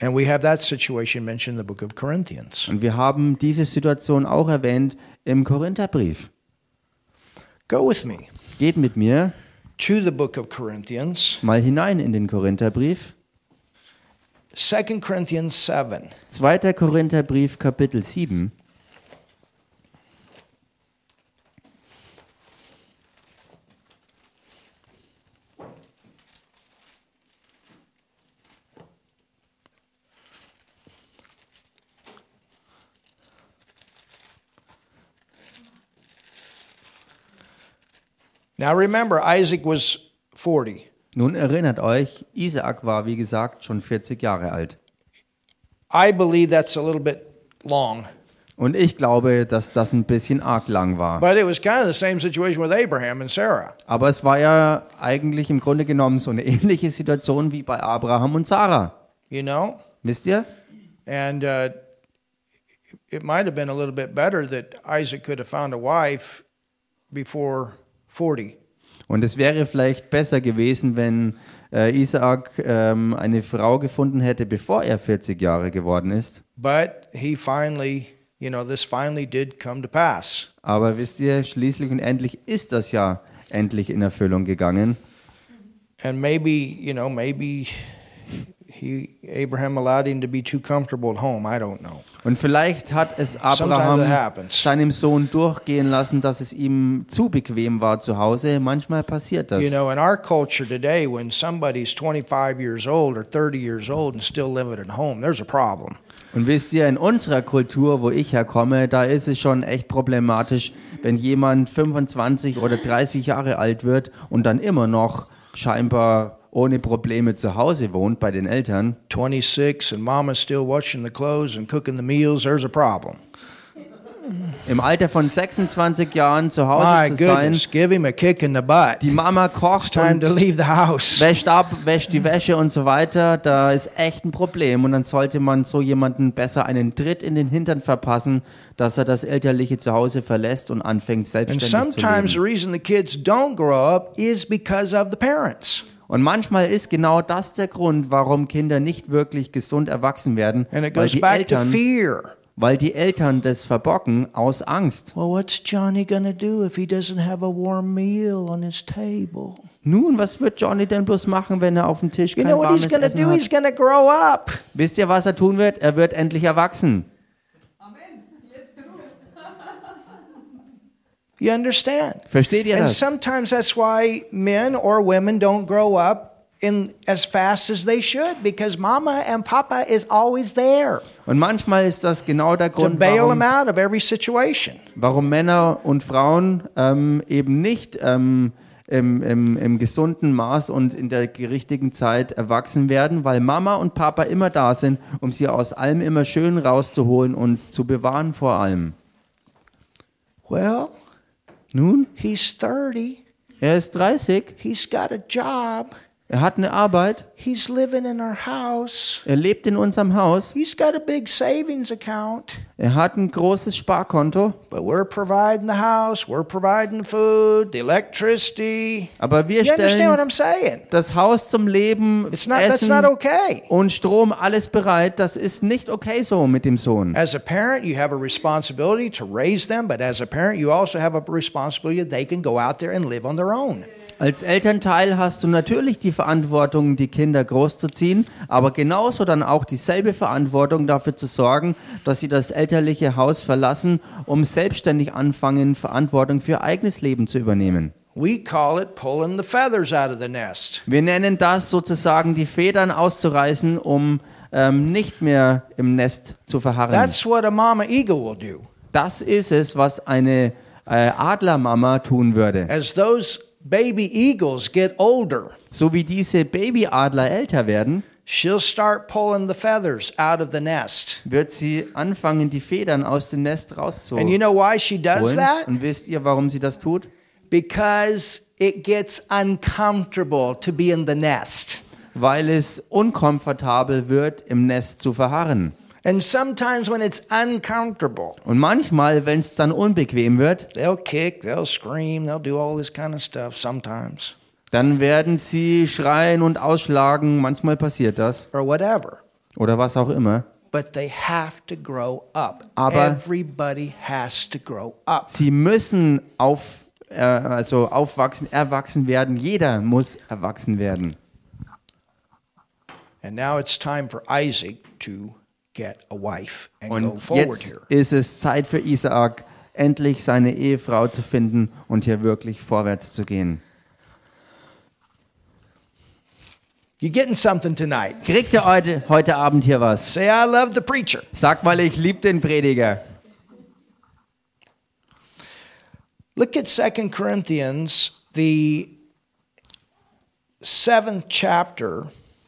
And we have that situation mentioned in the book of Corinthians. Und wir haben diese Situation auch erwähnt im Korintherbrief. Go with me Geht mit mir to the book of Corinthians, mal hinein in den Korintherbrief. 2 Corinthians 7. 2. Korintherbrief, Kapitel 7. Now remember, Isaac was 40. Nun erinnert euch, Isaak war wie gesagt schon 40 Jahre alt. I believe that's a little bit long, Und ich glaube, dass das ein bisschen arg lang war. but it was kind of the same situation with Abraham and Sarah. Aber es war ja eigentlich im Grunde genommen so eine ähnliche Situation wie bei Abraham und Sarah. You know? Wisst ihr? And uh, it might have been a little bit better that Isaac could have found a wife before 40. Und es wäre vielleicht besser gewesen, wenn äh, Isaak ähm, eine Frau gefunden hätte, bevor er 40 Jahre geworden ist. But he finally, you know, this finally did come to pass. Aber wisst ihr, schließlich und endlich ist das ja endlich in Erfüllung gegangen. And maybe, you know, maybe he Abraham allowed him to be too comfortable at home. I don't know. Und vielleicht hat es Sometimes it Abraham happens. seinem Sohn durchgehen lassen, dass es ihm zu bequem war zu Hause. Manchmal passiert das. You know, in our culture today, when somebody's 25 years old or 30 years old and still living at home, there's a problem. Und wisst ihr, in unserer Kultur, wo ich herkomme, da ist es schon echt problematisch, wenn jemand 25 oder 30 Jahre alt wird und dann immer noch scheinbar ohne Probleme zu Hause wohnt bei den Eltern. 26 and mama's still washing the clothes and cooking the meals, there's a problem. Im Alter von 26 Jahren zu Hause My zu sein, goodness, give him a kick in the butt. die Mama kocht Time to und leave the house. wäscht ab, wäscht die Wäsche und so weiter, da ist echt ein Problem. Und dann sollte man so jemanden besser einen Tritt in den Hintern verpassen, dass er das elterliche Zuhause verlässt und anfängt And selbstständig zu leben. sometimes the reason the kids don't grow up is because of the parents. Und manchmal ist genau das der Grund, warum Kinder nicht wirklich gesund erwachsen werden, And it weil goes die, back to Eltern, fear. weil die Eltern das verbocken aus Angst. Well, what's Johnny going to do if he doesn't have a warm meal on his table? Nun, was wird Johnny denn bloß machen, wenn er auf dem Tisch You kein know what warmes he's going to Essen do? hat? He's going to grow up. Wisst ihr, was er tun wird? Er wird endlich erwachsen. You understand? Versteht ihr And das? sometimes that's why men or women don't grow up in as fast as they should because mama and papa is always there Und manchmal ist das genau der to Grund, bail them warum, out of every situation. warum Männer und Frauen ähm, eben nicht ähm, im, im, im gesunden Maß und in der richtigen Zeit erwachsen werden, weil Mama und Papa immer da sind, um sie aus allem immer schön rauszuholen und zu bewahren vor allem. Well, Nun, he's 30. er ist 30, He's got a job. er hat eine Arbeit, He's living in our house. er lebt in unserem Haus, He's got a big savings account. er hat ein großes Sparkonto, But we're providing the house, we're providing the food, the electricity. aber wir You understand what stellen I'm saying? das Haus zum Leben, It's not that's not Essen okay. und Strom, alles bereit, das ist nicht okay so mit dem Sohn. As a parent, you have a responsibility to raise them, but as a parent, you also have a responsibility that they can go out there and live on their own. Als Elternteil hast du natürlich die Verantwortung, die Kinder großzuziehen, aber genauso dann auch dieselbe Verantwortung dafür zu sorgen, dass sie das elterliche Haus verlassen, um selbstständig anfangen, Verantwortung für ihr eigenes Leben zu übernehmen. We call it pulling the feathers out of the nest. Wir nennen das sozusagen die Federn auszureißen, um ähm, nicht mehr im Nest zu verharren. That's what a mama eagle will do. das ist es, was eine äh, Adlermama tun würde. As those baby eagles get older, So wie diese Babyadler älter werden, she'll start pulling the feathers out of the nest. wird sie anfangen, die Federn aus dem Nest And you rauszuholen. know why she does that? Und wisst ihr, warum sie das tut? Because it gets uncomfortable to be in the nest. Weil es unkomfortabel wird, im Nest zu verharren. And sometimes when it's uncomfortable, Und manchmal, wenn es dann unbequem wird, they'll kick, they'll scream, they'll do all this kind of stuff sometimes dann werden sie schreien und ausschlagen. Manchmal passiert das. or whatever. Oder was auch immer. But they have to grow up. Aber- Everybody has to grow up. Sie müssen auf, äh, also aufwachsen, erwachsen werden. Jeder muss erwachsen werden. And now it's time for Isaac to get a wife and go Und forward jetzt here. ist es Zeit für Isaak, endlich seine Ehefrau zu finden und hier wirklich vorwärts zu gehen. You're getting something tonight. Kriegt ihr heute, heute Abend hier was? Say, I love the preacher. Sag mal, ich liebe den Prediger. Look at 2 Corinthians the seventh chapter.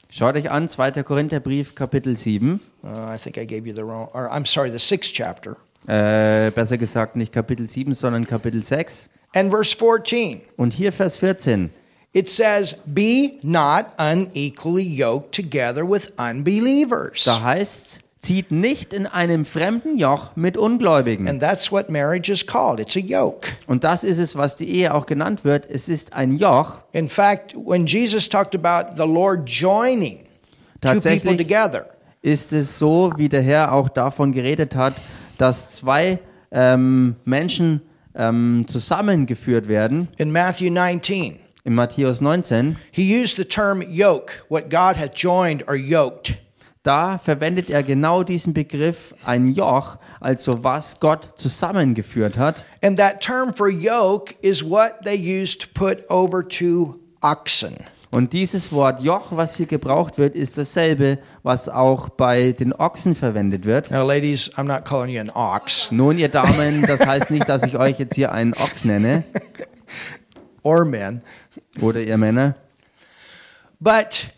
Schaut euch an, 2. Korintherbrief, Kapitel 7. Uh, I think I gave you the wrong, or I'm sorry, the sixth chapter. Äh, besser gesagt nicht Kapitel 7, sondern Kapitel 6. And verse 14, Und hier Vers 14. it says, Be not unequally yoked together with unbelievers. Da heißt's, zieht nicht in einem fremden Joch mit Ungläubigen. And that's what marriage is called it's a yoke. Und das ist es, was die Ehe auch genannt wird. Es ist ein Joch. In fact, when Jesus talked about the Lord joining two people Tatsächlich together, ist es so, wie der Herr auch davon geredet hat, dass zwei ähm, Menschen ähm, zusammengeführt werden. in Matthew 19, In Matthäus 19, he used the term yoke, what God hath joined or yoked. da verwendet er genau diesen Begriff, ein Joch, also was Gott zusammengeführt hat. And that term for yoke is what they used to put over to oxen. Und dieses Wort Joch, was hier gebraucht wird, ist dasselbe, was auch bei den Ochsen verwendet wird. Now, ladies, I'm not calling you an ox Nun, ihr Damen, das heißt nicht, dass ich euch jetzt hier einen Ochs nenne or men, oder ihr Männer. but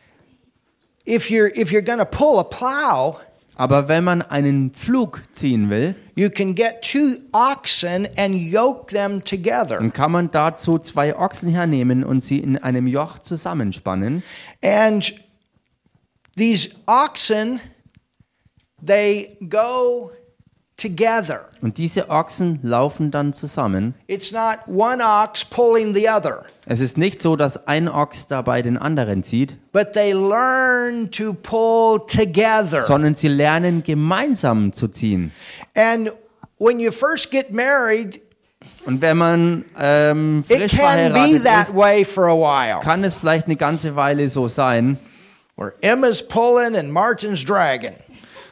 if you're if you're going to pull a plow, Aber wenn man einen Pflug ziehen will, you can get two oxen and yoke them together. dann kann man dazu zwei Ochsen hernehmen und sie in einem Joch zusammenspannen. And these oxen they go together. Und diese Ochsen laufen dann zusammen. It's not one ox pulling the other, Es ist nicht so, dass ein Ochs dabei den anderen zieht, but they learn to pull together. sondern sie lernen gemeinsam zu ziehen. And when you first get married, Und wenn man ähm, it frisch can be verheiratet that ist, way for a while. kann es vielleicht eine ganze Weile so sein, Where Emma's pulling and Martin's dragging,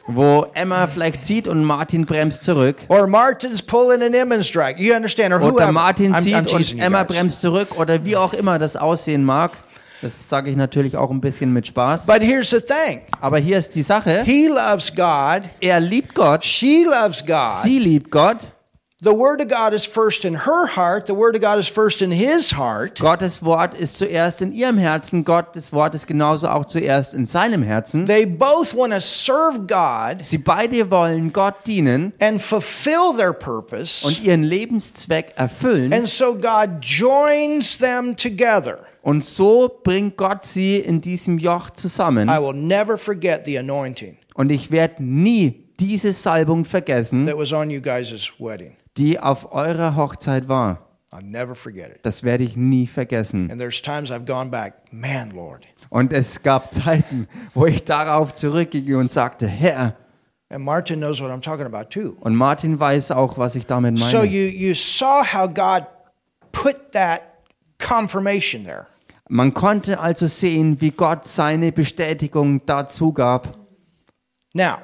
wo Emma vielleicht zieht und Martin bremst zurück. or Martin's pulling and Emma's dragging. You understand? Or Oder whoever. Martin I'm, zieht I'm und teasing you Emma guys. bremst zurück oder wie auch immer das aussehen mag. Das sage ich natürlich auch ein bisschen mit Spaß. But here's the thing: Aber hier ist die Sache. He loves God. Er liebt Gott. She loves God. Sie liebt Gott. the Word of God is first in her heart. The Word of God is first in His heart. Gottes Wort ist zuerst in ihrem Herzen. Gottes Wort ist genauso auch zuerst in seinem Herzen. They both want to serve God Sie beide wollen Gott dienen and fulfill their purpose. und ihren Lebenszweck erfüllen. and so God joins them together. Und so bringt Gott sie in diesem Joch zusammen. I will never forget the anointing Und ich werde nie diese Salbung vergessen, that was on you guys' wedding. die auf eurer Hochzeit war. I'll never forget it. Das werde ich nie vergessen. And there's times I've gone back, man, Lord. Und es gab Zeiten, wo ich darauf zurückging und sagte, Herr, And Martin knows what I'm talking about too. und Martin weiß auch, was ich damit meine. So you you saw how God put that confirmation there. Man konnte also sehen, wie Gott seine Bestätigung dazu gab. Now,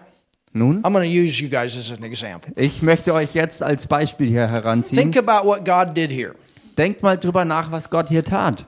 Nun, I'm going to use you guys as an example. ich möchte euch jetzt als Beispiel hier heranziehen. Think about what God did here. Denkt mal drüber nach, was Gott hier tat.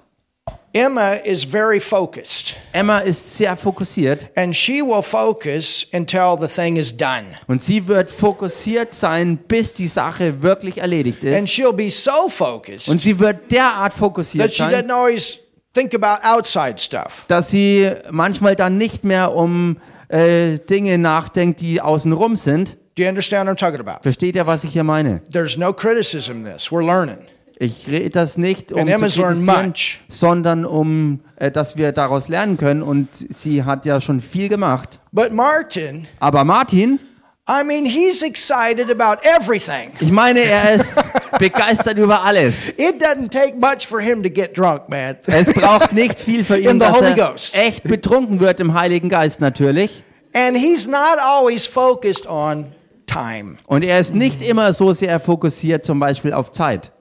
Emma is very focused, Emma ist sehr fokussiert and she will focus until the thing is done. und sie wird fokussiert sein, bis die Sache wirklich erledigt And ist. she'll be so focused Und sie wird derart that fokussiert she sein, doesn't always think about outside stuff. dass sie manchmal dann nicht mehr um äh, Dinge nachdenkt, die außenrum sind. Do you understand what I'm talking about? Versteht ihr, was ich hier meine? There's no criticism in this. We're learning. Ich rede das nicht, um And zu Emma's learned kritisieren, much. sondern um, äh, dass wir daraus lernen können. Und sie hat ja schon viel gemacht. But Martin, Aber Martin, I mean, he's excited about everything. ich meine, er ist begeistert über alles. It doesn't take much for him to get drunk, man. Es braucht nicht viel für In ihn, the dass Holy er Ghost. echt betrunken wird im Heiligen Geist natürlich. And he's not always focused on time. Und er ist nicht immer so sehr fokussiert, zum Beispiel auf Zeit.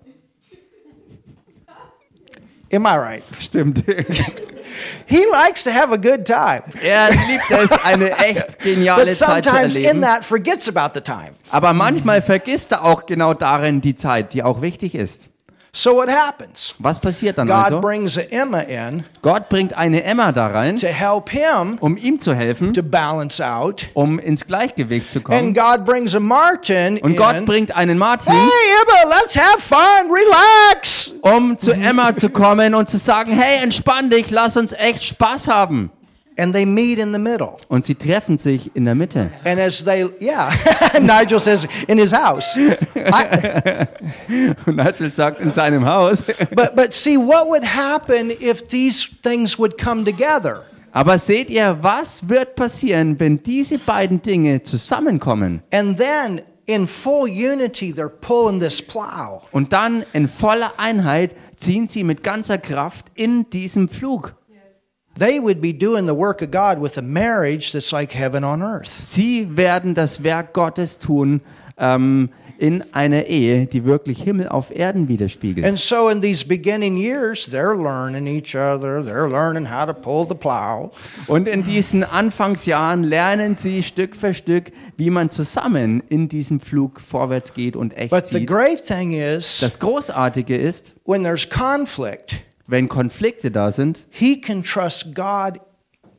Am I right? Stimmt. He likes to have a good time, Er liebt es, eine echt but geniale Zeit zu sometimes in erleben. that forgets about the time. Aber manchmal vergisst er auch genau darin die Zeit, die auch wichtig ist. So what happens? Was passiert dann God also? brings Emma in Gott bringt eine Emma da rein, to help him um ihm zu helfen, to balance out. um ins Gleichgewicht zu And kommen. God brings a Martin Und Gott in. bringt einen Martin, Hey, Emma, let's have fun. Relax. um zu Emma zu kommen und zu sagen, hey, entspann dich, lass uns echt Spaß haben. And they meet in the middle. Und sie treffen sich in der Mitte. And as they, yeah, Nigel says in his house. I, Und Nigel sagt in seinem Haus. but but see what would happen if these things would come together. Aber seht ihr, was wird passieren, wenn diese beiden Dinge zusammenkommen And then in full unity, they're pulling this plow. und dann in voller Einheit ziehen sie mit ganzer Kraft in diesem Flug? They would be doing the work of God with a marriage that's like heaven on earth. Sie werden das Werk Gottes tun ähm, in einer Ehe, die wirklich Himmel auf Erden widerspiegelt. And so in these beginning years, they're learning each other. They're learning how to pull the plow. Und in diesen Anfangsjahren lernen sie Stück für Stück, wie man zusammen in diesem Flug vorwärts geht und echt But the sieht. great thing is Das Großartige ist, when there's conflict, wenn Konflikte da sind, he can trust God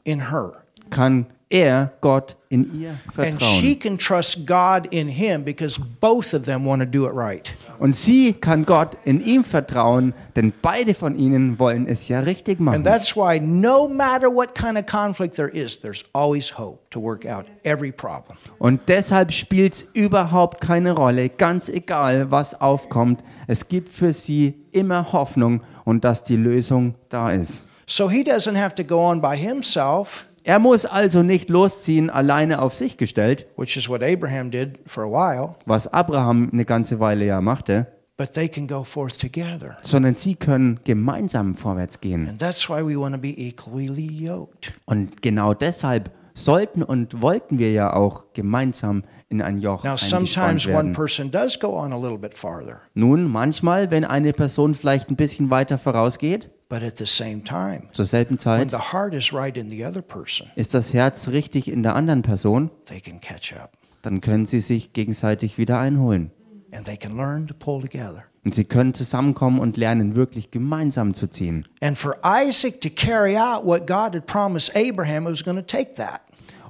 in her. kann er Gott in ihr And she vertrauen. can trust God in him because both of them want to do it right. Und sie kann Gott in ihm vertrauen, denn beide von ihnen wollen es ja richtig And machen. that's why no matter what kind of conflict there is, there's always hope to work out every problem. Und deshalb spielt es überhaupt keine Rolle, ganz egal, was aufkommt. Es gibt für sie immer Hoffnung und dass die Lösung da ist. So he doesn't have to go on by himself, Er muss also nicht losziehen, alleine auf sich gestellt, which is what Abraham did for a while, was Abraham eine ganze Weile ja machte, but they can go forth together. sondern sie können gemeinsam vorwärts gehen. And that's why we want to be equally yoked. Und genau deshalb sollten und wollten wir ja auch gemeinsam in ein Joch Now, sometimes eingespannt one werden. person does go on a little bit farther, Nun, manchmal, wenn eine Person vielleicht ein bisschen weiter vorausgeht, but at the same time, zur selben when Zeit, the heart is right in the other person, ist das Herz richtig in der anderen Person, they can catch up dann können sie sich gegenseitig wieder einholen. and they can learn to pull together. Und sie können zusammenkommen und lernen, wirklich gemeinsam zu ziehen. And for Isaac to carry out what God had promised Abraham, it was going to take that.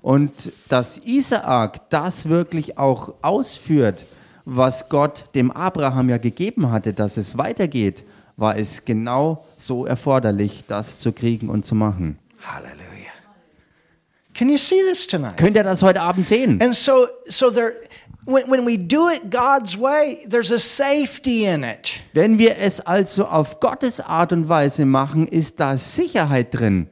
Und dass Isaak das wirklich auch ausführt, was Gott dem Abraham ja gegeben hatte, dass es weitergeht, war es genau so erforderlich, das zu kriegen und zu machen. Hallelujah. Can you see this tonight? Könnt ihr das heute Abend sehen? And so, so there, when, when we do it God's way, there's a safety in it. Wenn wir es also auf Gottes Art und Weise machen, ist da Sicherheit drin.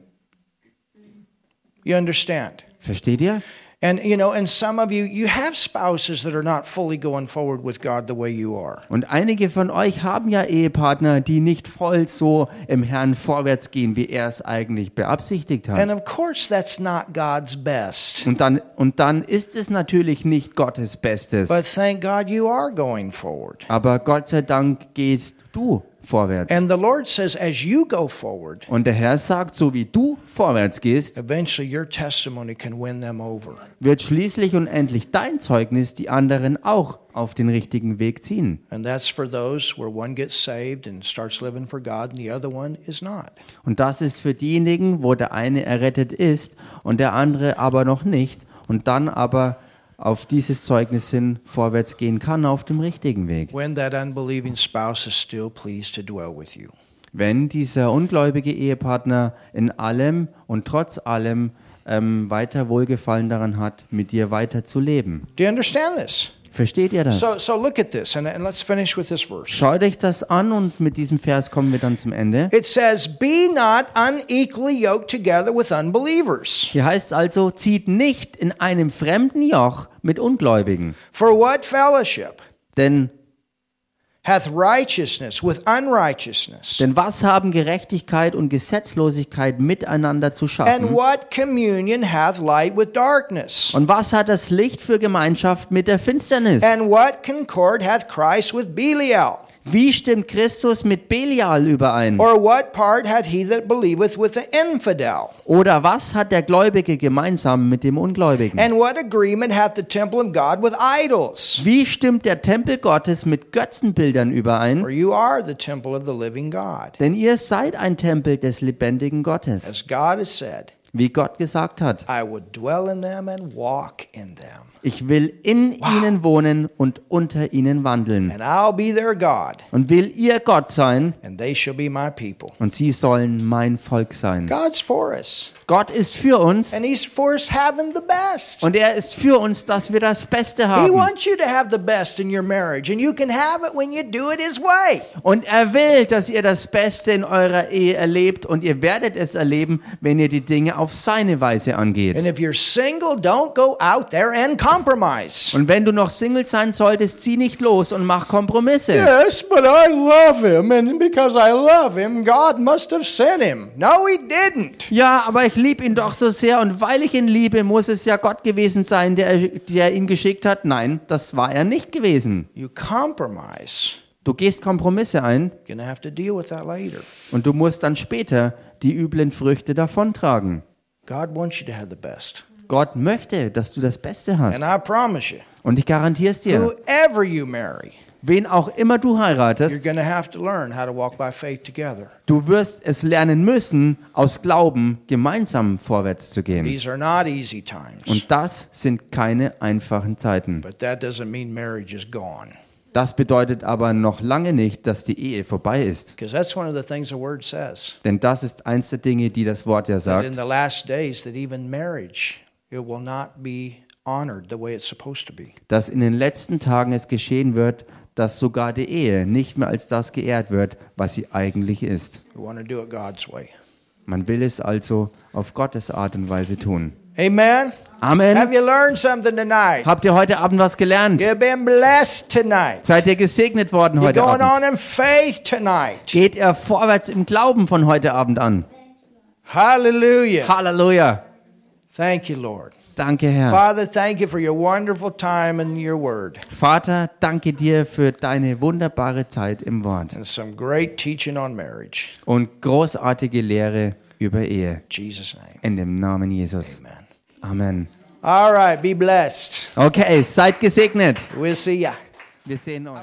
You understand? Versteht ihr? And you know, and some of you, you have spouses that are not fully going forward with God the way you are. Und einige von euch haben ja Ehepartner, die nicht voll so im Herrn vorwärts gehen, wie er es eigentlich beabsichtigt hat. And of course, that's not God's best. Und dann, und dann ist es natürlich nicht Gottes Bestes. But thank God you are going forward. Aber Gott sei Dank gehst du vorwärts. And the Lord says, as you go forward, Und der Herr sagt, so wie du vorwärts gehst, eventually your testimony can win them over. wird schließlich und endlich dein Zeugnis die anderen auch auf den richtigen Weg ziehen. And that's for those where one gets saved and starts living for God and the other one is not. Und das ist für diejenigen, wo der eine errettet ist und der andere aber noch nicht und dann aber auf dieses Zeugnis hin vorwärts gehen kann auf dem richtigen Weg. When that unbelieving spouse is still pleased to dwell with you. Wenn dieser ungläubige Ehepartner in allem und trotz allem ähm, weiter Wohlgefallen daran hat, mit dir weiter zu leben. Do you understand this? Versteht ihr das? So, so look at this and, and let's finish with this verse. Schaut euch das an und mit diesem Vers kommen wir dann zum Ende. It says, Be not unequally yoked together with unbelievers. Hier heißt es also, zieht nicht in einem fremden Joch mit Ungläubigen. For what fellowship Denn, hath righteousness with unrighteousness? denn was haben Gerechtigkeit und Gesetzlosigkeit miteinander zu And schaffen? what communion hath light with darkness? Und was hat das Licht für Gemeinschaft mit der Finsternis? And what concord hath Christ with Belial? Wie stimmt Christus mit Belial überein? Or what part had he that believeth with the infidel? Oder was hat der Gläubige gemeinsam mit dem Ungläubigen? And what agreement hath the temple of God with idols? Wie stimmt der Tempel Gottes mit Götzenbildern For überein? you are the temple of the living God. Denn ihr seid ein Tempel des lebendigen Gottes, As God has said, wie Gott gesagt hat. I will dwell in them and walk in them, Ich will in ihnen wohnen und unter ihnen wandeln and I'll be their God, und will ihr Gott sein and they shall be my people. und sie sollen mein Volk sein. God's for us, Gott ist für uns and He's for us having the best. und er ist für uns, dass wir das Beste He haben. wants you to have the best in your marriage, and you can have it when you do it His way. Und er will, dass ihr das Beste in eurer Ehe erlebt und ihr werdet es erleben, wenn ihr die Dinge auf seine Weise angeht. And if you're single, don't go out there and compromise. Und wenn du noch Single sein solltest, zieh nicht los und mach Kompromisse. Yes, but I love him, and because I love him, God must have sent him. No, he didn't. Ja, aber ich liebe ihn doch so sehr und weil ich ihn liebe, muss es ja Gott gewesen sein, der, der ihn geschickt hat. Nein, das war er nicht gewesen. You compromise. Du gehst Kompromisse ein You're going to have to deal with that later. und du musst dann später die üblen Früchte davontragen. God wants you to have the best. Gott möchte, dass du das Beste hast. And I promise you, Und ich garantiere es dir, whoever you marry, wen auch immer du you're heiratest, going to have to learn how to walk by faith together. Du wirst es lernen müssen, aus Glauben gemeinsam vorwärts zu gehen. These are not easy times, Und das sind keine einfachen Zeiten. but that doesn't mean marriage is gone. Das bedeutet aber noch lange nicht, dass die Ehe vorbei ist. Because that's one of the things the word says. Denn das ist eins der Dinge, die das Wort ja That in sagt, the last days, that even marriage, it will not be honored the way it's supposed to be. dass in den letzten Tagen es geschehen wird, dass sogar die Ehe nicht mehr als das geehrt wird, was sie eigentlich ist. We want to do it God's way. Man will es also auf Gottes Art und Weise tun. Amen. Have Amen. you learned something tonight? Habt ihr heute Abend was gelernt? You've been blessed tonight. Seid ihr gesegnet worden You're heute going Abend? on in faith tonight. Geht er vorwärts im Glauben von heute Abend an? Hallelujah. Halleluja. Thank you, Lord. Danke, Herr. Father, thank you for your wonderful time and your word Vater, danke dir für deine wunderbare Zeit im Wort and some great teaching on marriage. und großartige Lehre über In Ehe. Jesus' name. In dem Namen Jesus. Amen. Amen. All right. Be blessed. Okay, seid gesegnet. We'll see ya. Wir sehen euch.